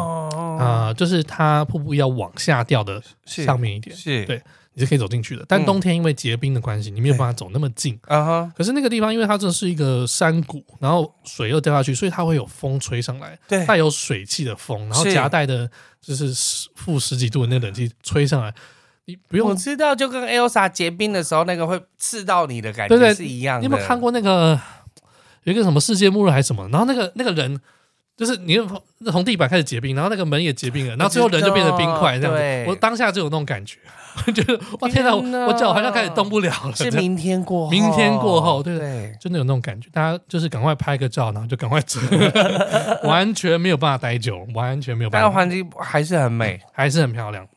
啊、哦，就是它瀑布要往下掉的是上面一点，是，对你是可以走进去的。但嗯冬天因为结冰的关系，你没有办法走那么近。啊哈，可是那个地方，因为它这是一个山谷，然后水又掉下去，所以它会有风吹上来，对，带有水汽的风，然后是夹带的就是十负十几度的那冷气吹上来，你不我用。知道，就跟 Elsa 结冰的时候那个会刺到你的感对对觉是一样的。你有没有看？过那个有一个什么世界末日还是什么？然后那个那个人就是你从从地板开始结冰，然后那个门也结冰 了，然后最后人就变成冰块这样对子。我当下就有那种感觉， 我觉得哇天哪，天哪我我脚好像开始动不了了。是这样明天过后，明天过后对对，真的有那种感觉，大家就是赶快拍个照，然后就赶快 走，完全没有办法待久，完全没有办嗯但法，环境还是很美，还是很漂亮，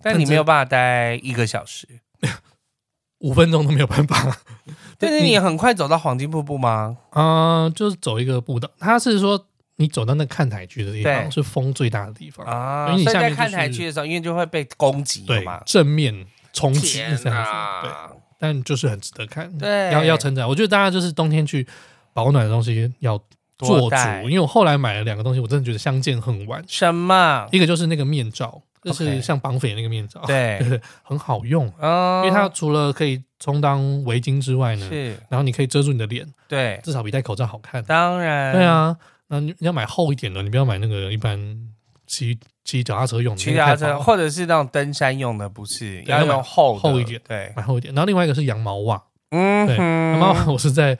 但你没有办法待一个小时。五分钟都没有办法。 但是你很快走到黄金瀑布吗？嗯、就是走一个步道，他是说你走到那看台区的地方对是风最大的地方，啊，所以你所以下面就是在看台区的时候，因为就会被攻击了对嘛，。正面冲击天这样子，对，哪！但就是很值得看，对要要成长。我觉得大家就是冬天去保暖的东西要做多足，带因为我后来买了两个东西，我真的觉得相见恨晚。什 么？一个就是那个面罩，就是 OK 像绑匪那个面罩，对，很好用，因嗯，为它除了可以充当围巾之外呢，是然后你可以遮住你的脸，对，至少比戴口罩好看。当然，对，啊，那你你要买厚一点的，你不要买那个一般骑骑脚踏车用的，骑那个脚太踏薄车了或者是那种登山用的，不是对要用厚的厚一点，对，买厚一点。然后另外一个是羊毛袜，嗯对哼，羊毛袜我是在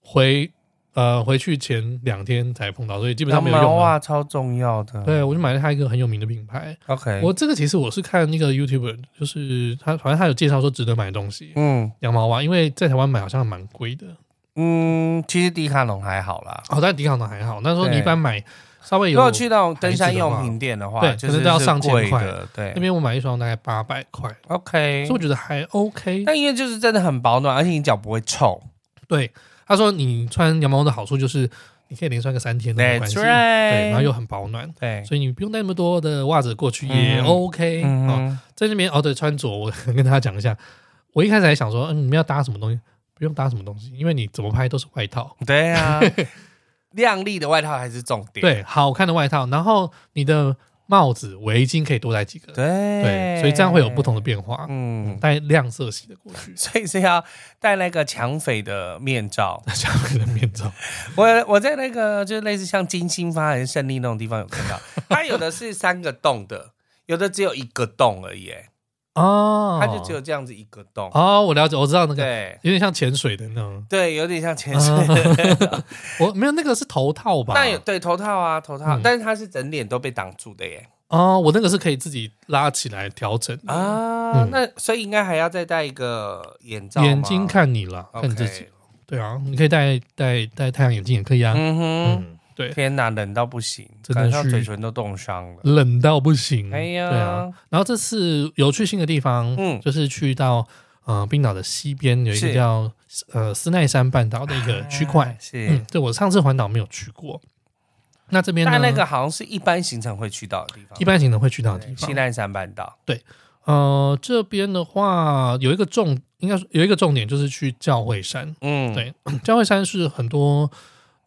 回呃回去前两天才碰到，所以基本上羊没有毛用啊。袜超重要的，对，我就买了它一个很有名的品牌。 ，OK，我这个其实我是看那个 YouTuber，就是他反正他有介绍说值得买的东西，嗯羊毛袜，因为在台湾买好像蛮贵的。嗯，其实迪卡侬还好啦。哦，但迪卡侬还好，那时候你对一般买稍微如有果去那种登山用品店的话，对就可是能都要是上千贵块的，对，那边我买一双大概八百块， OK 所以我。觉得还 OK。但因为就是真的很保暖，而且你脚不会臭，对，他说你穿羊毛的好处就是你可以连穿个三天都没关 That's 系，对， right，然后又很保暖，对，所以你不用带那么多的袜子过去也嗯 OK 哦。嗯，在那边哦，对，穿着我 跟大家讲一下，我一开始还想说，嗯，你们要搭什么东西？不用搭什么东西，因为你怎么拍都是外套，对啊，亮丽的外套还是重点，对，好看的外套，然后你的帽子、围巾可以多带几个，对对，所以这样会有不同的变化。嗯，带亮色系的过去， 所以是要戴那个抢匪的面罩。下面的面罩，我我在那个就是类似像金星发还是胜利那种地方有看到，它有的是三个洞的，有的只有一个洞而已，哎哦，它就只有这样子一个洞。哦，我了解，我知道那个对有点像潜水的那种，对，有点像潜水。哦 我没有那个是头套吧？那有对头套啊，头套，嗯但是它是整脸都被挡住的耶。哦，我那个是可以自己拉起来调整的，啊，嗯那所以应该还要再戴一个眼罩吗，眼睛看你啦，看 OK 你自己。对啊，你可以戴戴戴太阳眼镜也可以啊。嗯哼，嗯，对，天哪，冷到不行，真的感是觉到嘴唇都冻伤了。冷到不行。哎呀，对啊。然后这次有去新的地方，嗯就是去到呃冰岛的西边有一个是叫呃斯奈山半岛的一个区块啊。是嗯，，对我上次环岛没有去过，那这边呢但那个好像是一般行程会去到的地方，一般行程会去到的地对西方。奈山半岛。呃，这边的话有一个重，应该说有一个重点就是去教会山。嗯，对教会山是很多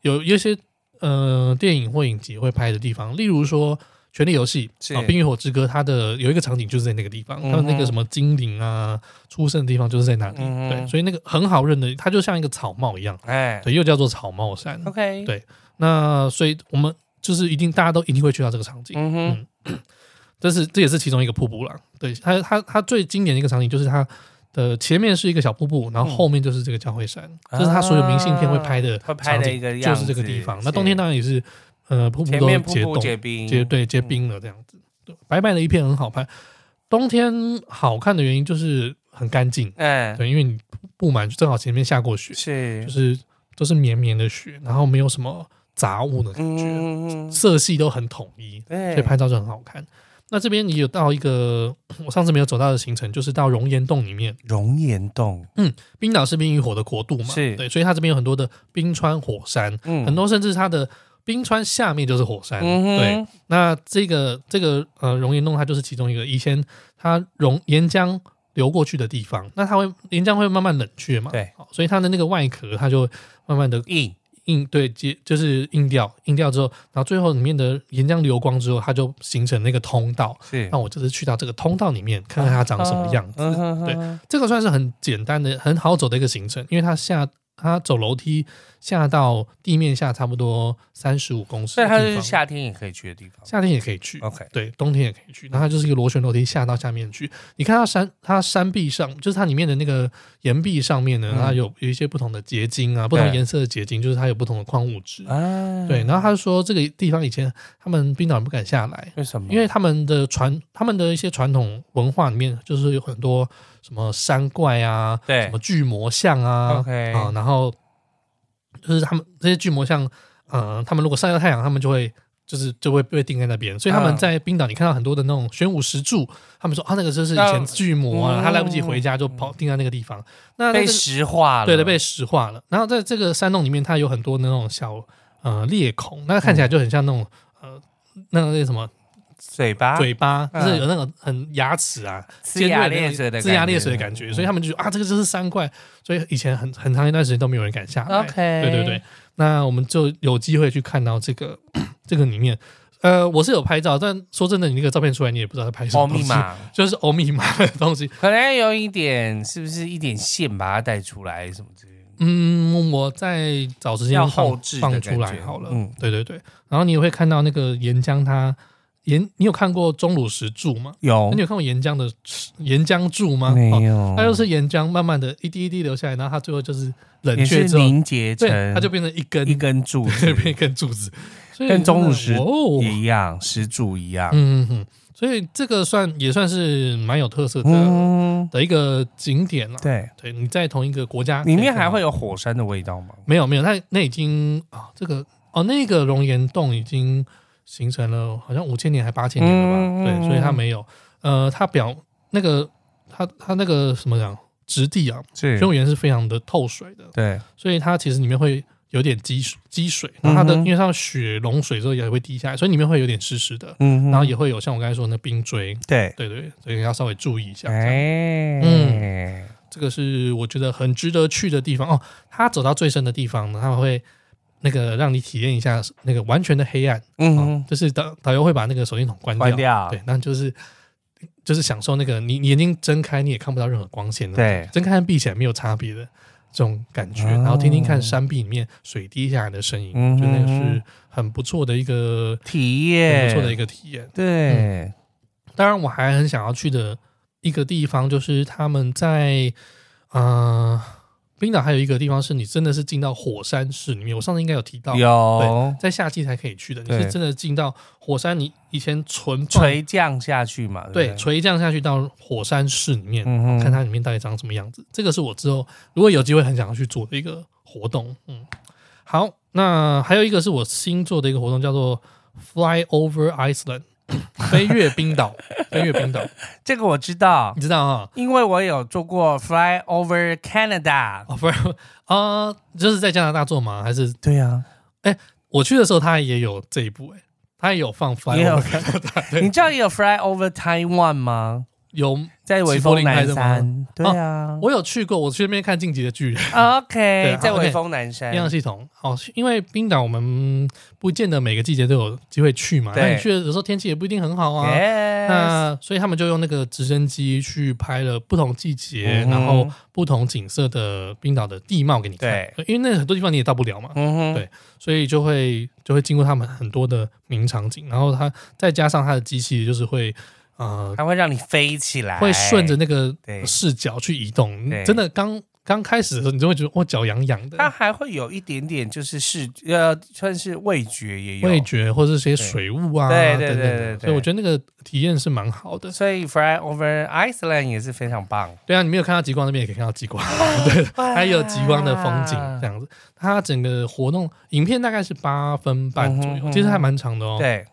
有有一些呃电影或影集会拍的地方，例如说《权力游戏》是啊，《冰与火之歌》，它的有一个场景就是在那个地方，嗯哼他们那个什么精灵啊出生的地方就是在那里，嗯哼对，所以那个很好认的，它就像一个草帽一样，哎对，又叫做草帽山。 ，OK，对那所以我们就是一定大家都一定会去到这个场景，嗯哼，这是这也是其中一个瀑布啦。对，它它它最经典的一个场景就是它的前面是一个小瀑布，然后后面就是这个教会山，这是它所有明信片会拍的嗯啊会拍场的景，一个就样子是这个地方。那冬天当然也是，呃，瀑布前都面瀑结布冻、结冰，嗯结对结冰了这样子，对白白的一片很好拍。冬天好看的原因就是很干净，嗯，对，因为你布满正好前面下过雪，是就，是都是绵绵的雪，然后没有什么杂物的感觉，嗯，色系都很统一，对，所以拍照就很好看。那这边也有到一个 我上次没有走到的行程，就是到熔岩洞里面。熔岩洞，冰岛是冰与火的国度嘛，是对，所以它这边有很多的冰川火山，嗯很多甚至它的冰川下面就是火山。嗯哼对，那这个这个呃熔岩洞它就是其中一个，以前它熔岩浆流过去的地方，那它会岩浆会慢慢冷却嘛，对好，所以它的那个外壳它就会慢慢的硬，硬对接就是硬掉，硬掉之后，然后最后里面的岩浆流光之后，它就形成那个通道。是那，我就是去到这个通道里面，看看它长什么样子。嗯哼对哼这个算是很简单的、很好走的一个行程，因为它下它走楼梯下到地面下差不多三十五公尺所的以地方，它是哦夏天也可以去的地方。夏天也可以去。 OK，对，冬天也可以去。然后它就是一个螺旋楼梯下到下面去。你看它山，它山壁上，就是它里面的那个岩壁上面呢，嗯它有有一些不同的结晶啊，不同对颜色的结晶，就是它有不同的矿物质。啊，嗯对，，然后他说这个地方以前他们冰岛人不敢下来，为什么？因为他们的传他们的一些传统文化里面，就是有很多什么山怪啊，对什么巨魔像啊 OK 啊，然后就是他们这些巨魔像，呃，他们如果晒到太阳，他们就会。就是就会被定在那边，所以他们嗯在冰岛，你看到很多的那种玄武石柱，他们说啊，那个就是以前嗯巨魔啊，他来不及嗯回家就跑定在那个地方。那那被个石化了，对的，被石化了。然后在这个山洞里面，它有很多那种小呃裂孔，那看起来嗯就很像那种、呃那个那什么嘴巴嘴巴，嗯就是有那种很牙齿啊呲牙裂水嘴的龇牙裂水的感觉，嗯所以他们就觉得啊，这个就是山怪。所以以前很很长一段时间都没有人敢下来。 OK，对对对，，那我们就有机会去看到这个这个里面。呃，我是有拍照，但说真的，你那个照片出来，你也不知道他拍什么哦，东密西，码就是欧密码的东西。可能有一点，是不是一点线把它带出来什么之类的？嗯，我再找时间要放后置的放感出来觉好了。嗯嗯，对对对。然后你也会看到那个岩浆它，岩，你有看过钟乳石柱吗？有那你有看过岩浆的岩浆柱吗？哦没哦，有？它就是岩浆慢慢的一滴一滴流下来，然后它最后就是冷也却是之后，凝结对，成，它就变成一根一根柱 对子变成一根柱子，所以跟钟乳真的石哇哦，一样，石柱一样。嗯嗯嗯，所以这个算也算是蛮有特色的、嗯，的一个景点了、对，对，你在同一个国家里面还会。会有火山的味道吗？没有没有，那那已经啊、这个哦，那个熔岩洞已经形成了，好像五千年还八千年了吧？嗯对，所以它没有。呃，它表那个它它那个什么讲质地啊，是熔岩是非常的透水的，对，所以它其实里面会有点积水积水，然后它的、嗯哼因为它雪融水之后也会滴下来，所以里面会有点湿湿的，嗯，然后也会有像我刚才说的那冰锥，对，对对，所以要稍微注意一下。哎，嗯这个是我觉得很值得去的地方哦。它走到最深的地方呢，它会那个让你体验一下那个完全的黑暗，嗯嗯哼，，就是导导游会把那个手电筒关掉，关掉，对，那就是就是享受那个你你眼睛睁开你也看不到任何光线的，，对，睁开和闭起来没有差别的这种感觉，哦然后听听看山壁里面水滴下来的声音，嗯就哼那个是很不错的一个体很验不错的一个嗯体验。对，当然，我还很想要去的一个地方就是他们在呃冰岛还有一个地方是你真的是进到火山市里面，我上次应该有提到。有在夏季才可以去的，你对是真的进到火山，你以前纯放垂降下去嘛，对，对不对，垂降下去到火山市里面，嗯哼看它里面到底长什么样子。这个是我之后如果有机会很想要去做的一个活动。嗯，好，那还有一个是我新做的一个活动，叫做 Fly Over Iceland，飞越冰岛，飞越冰岛，这个我知道你，知道啊？因为我有做过 Fly Over Canada，哦，不是，啊，就是在加拿大做吗？还是对呀，我去的时候他也有这一部、欸？哎，他也有放 Fly 也有 Over，Canada，对你知道也有 Fly Over Taiwan 吗？有在微风南山，对啊我有去过，我去那边看《进击的巨人》。哦对，OK，好在微风南一样山，系统哦，因为冰岛我们不见得每个季节都有机会去嘛，对那你去的有时候天气也不一定很好啊。耶，那所以他们就用那个直升机去拍了不同季节，嗯哼然后不同景色的冰岛的地貌给你看对。因为那很多地方你也到不了嘛，嗯哼，对所以就会就会经过他们很多的名场景，然后它再加上它的机器就是会呃它会让你飞起来，会顺着那个哎对视角去移动。对真的刚刚开始的时候，你就会觉得哦脚痒痒的，它还会有一点点就是视呃，算是味觉也有味，觉或者是些对水雾啊，对对等等的对对对所以我觉得那个体验是蛮好的。所以 Fly Over Iceland 也是非常棒，对啊，你没有看到极光那边也可以看到极光，对，还有极光的风景啊这样子。它整个活动影片大概是八分半左嗯右，哼其实还蛮长的哦。，对，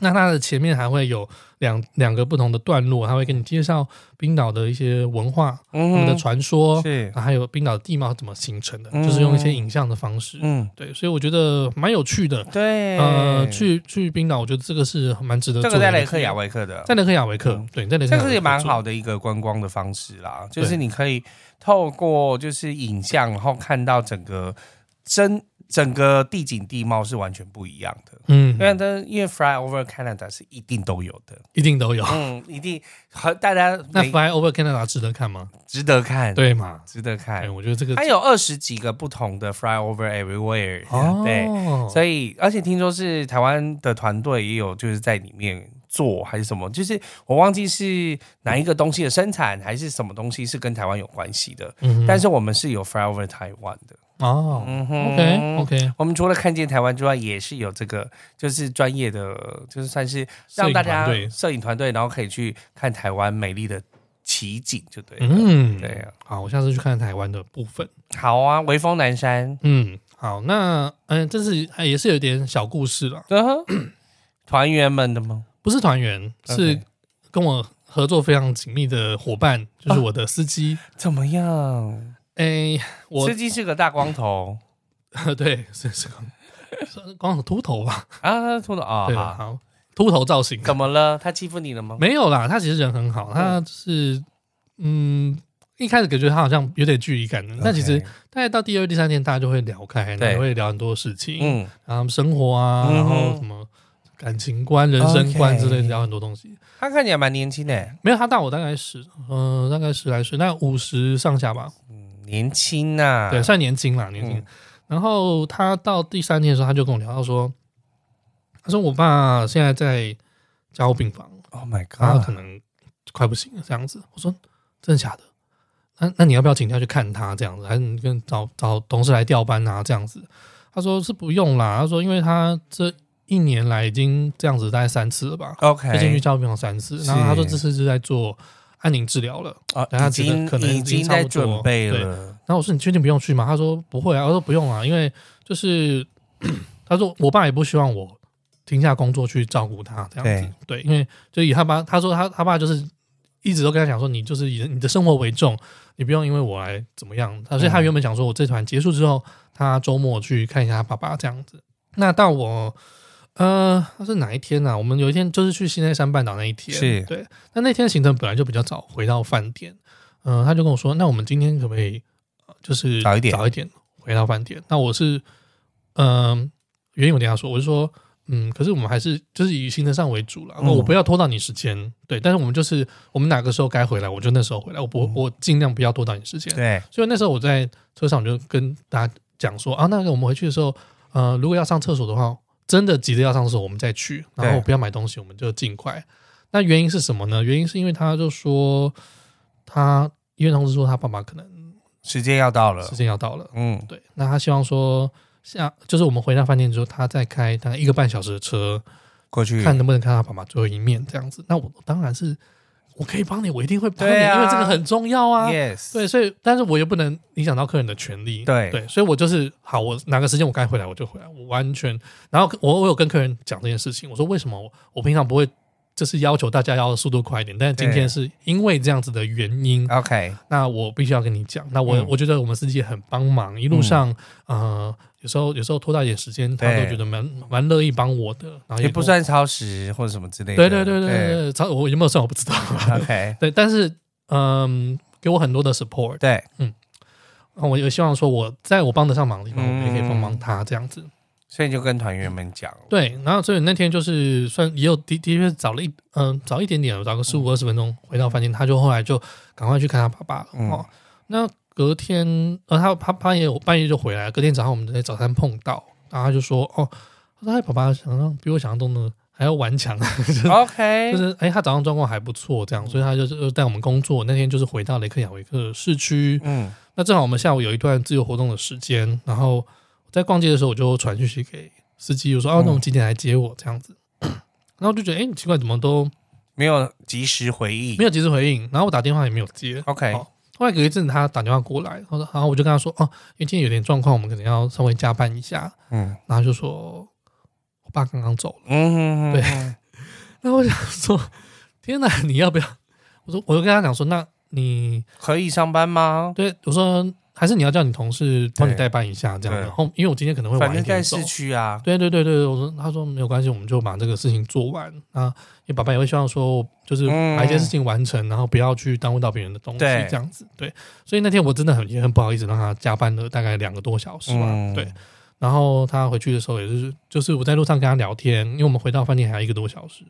那它的前面还会有两两个不同的段落，它会给你介绍冰岛的一些文化、他们嗯的传说，是，还有冰岛地貌怎么形成的，嗯就是用一些影像的方式。嗯，对，所以我觉得蛮有趣的。对，呃，去去冰岛，我觉得这个是蛮值得这做的个一在体验。雷克雅维克的，在雷克雅维克，嗯对，在雷克雅这维个克也蛮做好。的一个观光的方式啦，就对是你可以透过就是影像，然后看到整个真整个地景地貌是完全不一样的。嗯因，为这因为 Fly Over Canada 是一定都有的，一定都有。嗯，一定和大家那每 Fly Over Canada 值得看吗？值得看，对嘛？值得哎，看。我觉得这个它有二十几个不同的 Fly Over Everywhere，、哦，对，所以，而且听说是台湾的团队也有就是在里面做还是什么，就是我忘记是哪一个东西的生产还是什么东西是跟台湾有关系的，嗯，但是我们是有 fly over 台湾的。哦嗯哼，OK OK，我们除了看见台湾之外，也是有这个就是专业的，就是算是让大家对，摄影团队，然后可以去看台湾美丽的奇景，就对了。嗯，对。啊，好，我下次去看台湾的部分。好啊，微风南山，嗯，好，那嗯，这是哎也是有点小故事了，嗯哼团员们的吗？不是团员，是 OK 跟我合作非常紧密的伙伴，就是啊我的司 机。怎么样？哎，我司机是个大光头。 对是是光是光头秃头吧？啊，秃头啊，对，好好，秃头造型。怎么了？他欺负你了吗？没有啦，他其实人很好，哦他就是嗯，一开始感觉他好像有点距离感的，但其实 OK，大概到第二、第三天，大家就会聊开，对也会聊很多事情，嗯，然后生活啊，嗯然哼后什么感情观、人生观之类的， OK 聊很多东西。他看起来蛮年轻的，没有，他大我大概十，嗯，大概十来岁，那五十上下吧，嗯年轻呐，对，算年轻啦，年轻嗯。然后他到第三天的时候，他就跟我聊到说，他说我爸现在在加护病房。 ，Oh my 他可 God，能快不行了这样子。我说真的假的？那那你要不要请假去看他这样子？还是你跟找找同事来调班啊这样子？他说是不用啦。他说因为他这一年来已经这样子大概三次了吧， ，OK，就进去教育病房三次。是然后他说这次是在做安宁治疗了。哦等下已觉得经可能已已经经差在不多准备了，然后我说你确定不用去吗？他说不会啊。我说不用啦，因为就是他说我爸也不希望我停下工作去照顾他这样子。对，因为就以他爸他说他他爸就是一直都跟他讲说，你就是以你的生活为重，你不用因为我来怎么样。啊所以他嗯原本想说，我这团结束之后，他周末去看一下他爸爸这样子。那到我，呃，那是哪一天呢、我们有一天就是去西奈山半岛那一天，是对。那那天行程本来就比较早，回到饭店，嗯、他就跟我说，那我们今天可不可以呃就是早一点早一点回到饭店？那我是，嗯、原因我等一下说，我是说，嗯，可是我们还是就是以行程上为主了，嗯我不要拖到你时间，对，但是我们就是我们哪个时候该回来，我就那时候回来，我不、我尽量不要拖到你时间。嗯对，所以那时候我在车上我就跟大家讲说啊，那个我们回去的时候，呃，如果要上厕所的话，真的急着要上厕所，我们再去，对然后不要买东西，我们就尽快。那原因是什么呢？原因是因为他就说他医院通知说他爸爸可能时间要到了时，间要到了，嗯，对，那他希望说下就是我们回到饭店之后，他再开大概一个半小时的车，过去看能不能看到他爸爸最后一面这样子。那我当然是我可以帮你，我一定会帮你，对啊因为这个很重要啊。 ，yes，对，所以但是我又不能影响到客人的权利。对对，所以我就是好，我哪个时间我该回来我就回来，我完全。然后我我有跟客人讲这件事情，我说为什么我我平常不会。就是要求大家要速度快一点，但是今天对是因为这样子的原因， ，OK，那我必须要跟你讲，那我、嗯我觉得我们司机也很帮忙，一路上、呃，有时候有时候拖到一点时间，他对都觉得蛮蛮乐意帮我的，然后也跟不我。算超时或者什么之类的，对对对对对对，超我有没有算我不 知道，啊，OK，对，但是嗯，给我很多的 support，对，那我也希望说我在我帮得上忙的地方，我也可以帮帮嗯他这样子。所以就跟团员们讲，对，然后所以那天就是算也有的的确是早了一嗯、早一点点，早个十五二十分钟回到饭店，他就后来就赶快去看他爸爸了、嗯哦。那隔天呃他他半夜我半夜就回来，隔天早上我们在早餐碰到，然后他就说哦，他说他爸爸想象比我想象中的还要顽强， 就是、 OK，就是哎、他早上状况还不错这样，所以他就是呃带我们工作。那天就是回到雷克雅维克市区，嗯，那正好我们下午有一段自由活动的时间，然后在逛街的时候，我就传讯息给司机，我说：“嗯哦，那我几点来接我？”这样 子，然后就觉得，哎、奇怪，怎么都没有及时回应没有及时回应，然后我打电话也没有接。 ，OK，好后来隔一阵子他打电话过来，他说，然后我就跟他说：“哦，因为今天有点状况，我们可能要稍微加班一下。嗯”然后他就说：“我爸刚刚走了。”嗯，对嗯，然后我想说：“天哪，你要不要？”我说：“我就跟他讲说，那你可以上班吗？对我说，还是你要叫你同事帮你对代办一下这样。对然后，因为我今天可能会反晚一正在点走市。区啊，对对对对，我说他说没有关系，我们就把这个事情做完啊。因为爸爸也会希望说，就是嗯把一件事情完成，然后不要去耽误到别人的东西，对这样子。对，所以那天我真的很也很不好意思让他加班了大概两个多小时吧。嗯对，然后他回去的时候也是，就是我在路上跟他聊天，因为我们回到饭店还有一个多小时，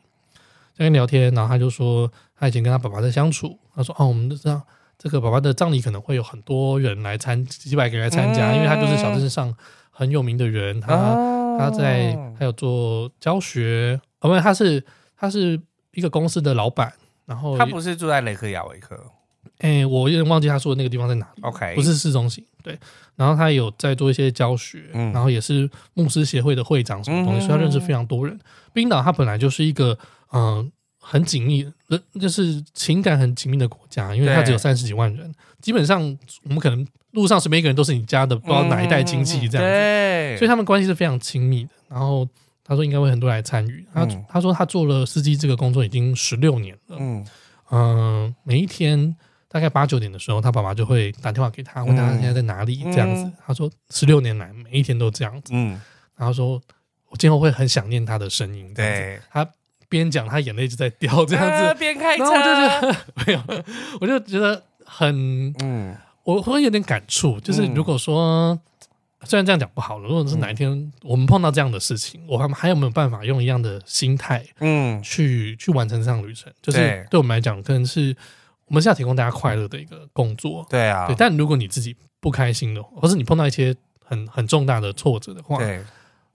在跟他聊天，然后他就说他以前跟他爸爸在相处，他说哦，我们就知道这个爸爸的葬礼可能会有很多人来参，几百个人来参加，嗯因为他就是小镇上很有名的人，他、啊他在还有做教学，哦不，他是他是一个公司的老板，然后他不是住在雷克雅维克嗯哎、我有点忘记他说的那个地方在哪里。 ，OK，不，是市中心，对。然后他有在做一些教学，嗯然后也是牧师协会的会长什么东西，嗯所以他认识非常多人。冰岛它本来就是一个嗯、呃很紧密，人就是情感很紧密的国家，因为它对只有三十几万人，基本上我们可能路上随便一个人都是你家的，不知嗯道哪一代亲戚这样子，对，所以他们关系是非常亲密的。然后他说应该会很多人来参与，他、嗯他说他做了司机这个工作已经十六年了，嗯，嗯，每一天大概八九点的时候，他爸爸就会打电话给他，问他嗯现在在哪里这样子嗯。他说十六年来每一天都这样子，嗯，然后说我今后会很想念他的声音。这样子，对，他边讲他眼泪就在掉这样啊子，边开车，然后我就觉得 没有，我就觉得很，嗯，我会有点感触，就是如果说。虽然这样讲不好了，如果是哪一天嗯我们碰到这样的事情，我还还有没有办法用一样的心态嗯，去去完成这趟旅程，就是对对我们来讲，可能是我们是要提供大家快乐的一个工作。对啊，对，但如果你自己不开心的话，或是你碰到一些很很重大的挫折的话，对，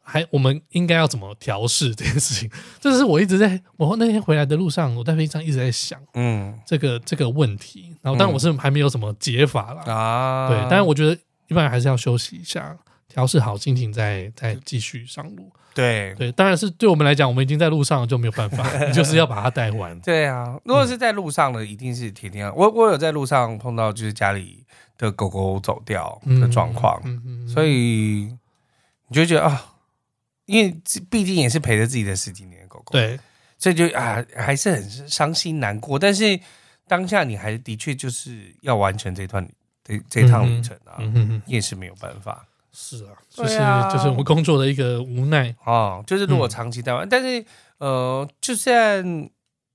还我们应该要怎么调试这件事情？ 这是我一直在我那天回来的路上，我在飞机上一直在想嗯这个这个问题。然后，当然我是还没有什么解法啦。啊，对，但是我觉得一般人还是要休息一下，调试好心情再再继续上路。对对，当然是对我们来讲，我们已经在路上了就没有办 法，你就是要把它带完。对啊，如果是在路上的，一定是天天要。我我有在路上碰到，就是家里的狗狗走掉的状况，嗯嗯嗯所以你就觉得啊，因为这毕竟也是陪着自己的十几年的狗狗，，对，所以就啊还是很伤心难过。但是当下你还的确就是要完成这段这这趟旅程啊，嗯哼哼，你也是没有办法是啊，就对是、啊就是我们工作的一个无奈，哦。就是如嗯果长期待完，但是呃，就算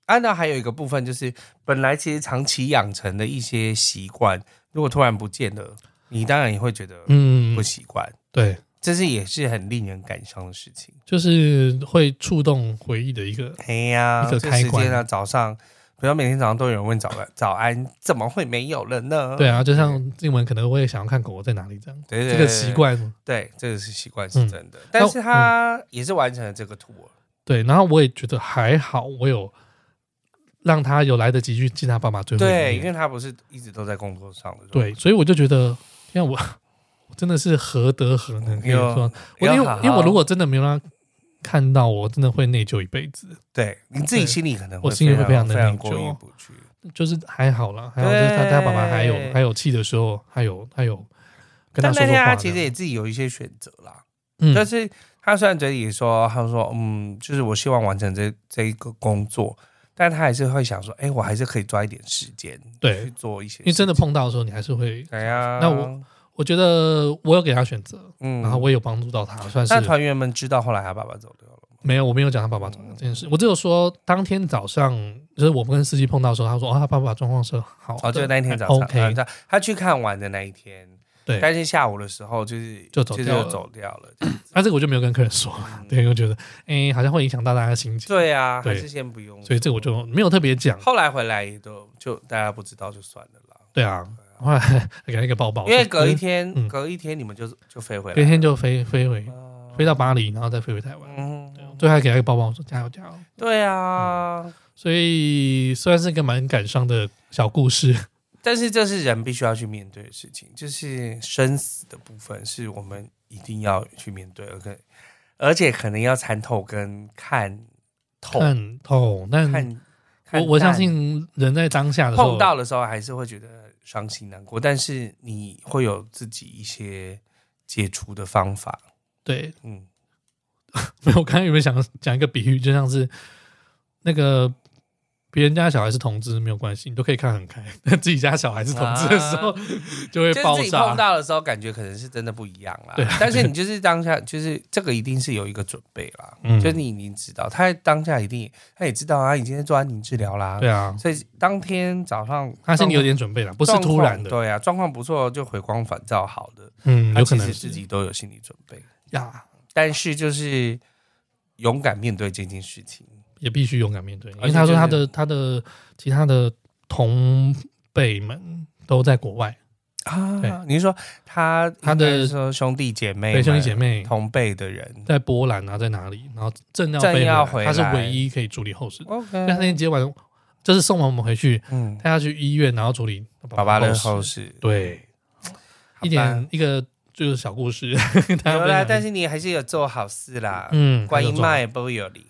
按照还有一个部分，就是本来其实长期养成的一些习惯，如果突然不见了，你当然也会觉得嗯不，习惯，对，这是也是很令人感伤的事情。就是会触动回忆的一个，哎呀，一这个开时关间啊，早上，不要每天早上都有人问早安，早安怎么会没有了呢？对啊，就像静文可能会想要看狗狗在哪里这样，嗯对对这个习，惯，对，这个是习惯是嗯真的，但是他也是完成了这个哦 tour，对，然后我也觉得还好，我有让他有来得及去见他爸妈最后一对，因面，为他不是一直都在工作上的，对，所以我就觉得，天啊，我我真的是何德何能，跟你要说，我因哎要哦为好好因为我如果真的没有让他看到，我真的会内疚一辈子。对你自己心里可能我心里会非非常常的非常内过疚意不去，就是还好啦，还好就是他对他爸爸还有还有气的时候，还有还有跟他但说那说天话他的。其实也自己有一些选择啦，嗯，但是他虽然嘴里说，他说嗯，就是我希望完成这这一个工作，但他还是会想说，哎，我还是可以抓一点时间去对，做一些事情，因为真的碰到的时候，你还是会，哎呀，那我我觉得我有给他选择，嗯然后我也有帮助到他，算那是团员们知道后来他爸爸走掉了吗？没有，我没有讲他爸爸状况这件事，我只有说当天早上，就是我们跟司机碰到的时候，他说哦，他爸爸状况是好的，哦，就那一天早上还呃 OK，他他去看完的那一天，对但是下午的时候就是就走就掉就了走掉了。 那啊这个我就没有跟客人说，嗯对，因为我觉得哎，好像会影响到大家的心情，对啊，对还是先不用。所以这个我就没有特别讲，后来回来也都就大家不知道就算了啦，对啊，后来给他一个抱抱，因为说隔一嗯天嗯隔一天你们就就飞回来隔了，天就飞飞回哦飞到巴黎，然后再飞回台湾。嗯，最后还给他一个抱抱，我说加油加油。对啊，所以虽然是一个蛮感伤的小故事，但是这是人必须要去面对的事情，就是生死的部分是我们一定要去面对，而且而且可能要参透跟看透看透，但看。嗯我看我相淡信人在当下的时候碰到的时候还是会觉得伤心难过，但是你会有自己一些解除的方法。对，嗯， 没有，我刚刚有没有想讲一个比喻，就像是那个别人家小孩是同志没有关系，你都可以看很开，但自己家小孩是同志的时候、啊 就会就是爆自己碰炸。到的时候，感觉可能是真的不一样 啦。对但是你就是当下，就是这个一定是有一个准备啦。嗯就是你已经知道，他当下一定他也知道啊，你今天做安宁治疗啦。对啊，所以当天早上他心里有点准备了，不是突然的，对啊，状况不错就回光返照好的，嗯，他有可其能实自己都有心理准备，呀，但是就是勇敢面对这件事情。也必须勇敢面对，因而为且他说就是他的他的其他的同辈们都在国外，啊，对你是说他他的应该说兄弟姐妹们、对兄弟姐妹同辈的人在波兰啊，在哪里？然后正要正飞要回回来，他来是唯一可以处理后事的。因为他那，OK，天接完，就是送完我们回去，嗯，他要去医院，然后处理爸爸的后后事。事，对，好吧一点一个就是小故事， 大家有分啦，享但是你还是有做好事啦，嗯，观音还妈有也不会有理，这种有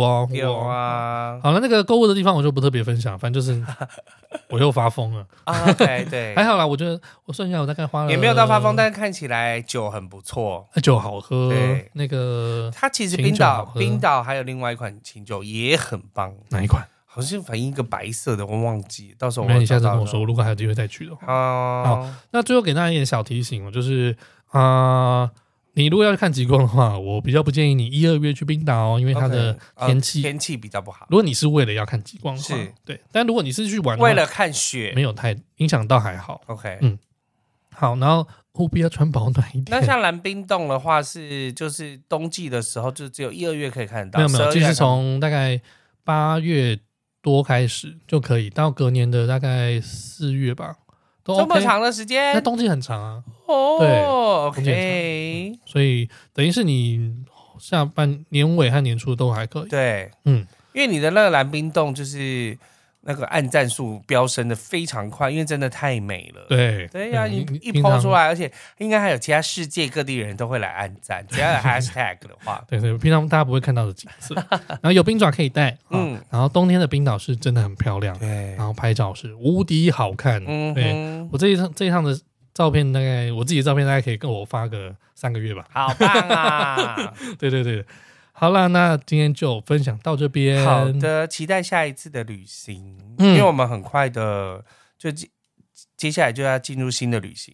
哦有。啊好了，那个购物的地方我就不特别分享，反正就是 我又发疯了，啊，OK，对，还好啦，我觉得我算一下，我大概花了也没有到发疯，但是看起来酒很不错。酒好喝对，那个它其实呃清酒冰岛好喝冰岛还有另外一款清酒也很棒，哪一款？好像反映一个白色的，我忘记，到时候没有，我你下次找到跟我说，我如果还有机会再去的话。哦，那最后给大家一点小提醒哦，就是啊、呃你如果要去看极光的话，我比较不建议你一二月去冰岛哦，因为它的 OK，呃天气。天气比较不好，如果你是为了要看极光的话是，对，但如果你是去玩的话，为了看雪没嗯有太影响到还好。 ，OK，好，然后务必要穿保暖一点。那像蓝冰洞的话是，就是冬季的时候，就只有一二月可以看得到。没有没有， 12就月是从大概八月多开始就可以，到隔年的大概四月吧，都这么 OK。长的时那间冬季很长啊，哦对，OK，所以等于是你下半年尾和年初都还可以。对，嗯，因为你的那个蓝冰洞就是那个按赞数飙升的非常快，因为真的太美了。。对，嗯对呀、你一平抛常出来，而且应该还有其他世界各地人都会来按赞，只要 有 hashtag 的话，对对，平常大家不会看到的景 色。然后有冰爪可以带，嗯嗯，然后冬天的冰岛是真的很漂亮，对然，后拍照是无敌好看。嗯对哼，我这一趟这一趟的照片，大概我自己的照片大概可以跟我发个三个月吧。好棒啊！ 对对对，好啦，那今天就分享到这边。好，的，期待下一次的旅行，嗯因为我们很快的就接接下来就要进入新的旅行，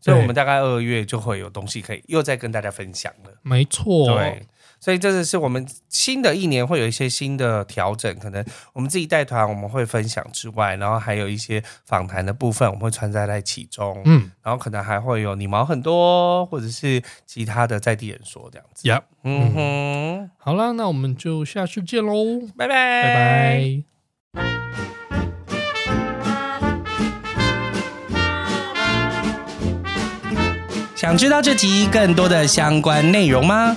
所以对我们大概二月就会有东西可以又再跟大家分享了。没错，对，所以这个是我们新的一年会有一些新的调整，可能我们自己带团我们会分享之外，然后还有一些访谈的部分我们会穿插在其中，嗯，然后可能还会有你毛很多，或者是其他的在地人说这样子。呀、嗯哼，好啦，那我们就下次见喽，拜拜，拜拜。想知道这集更多的相关内容吗？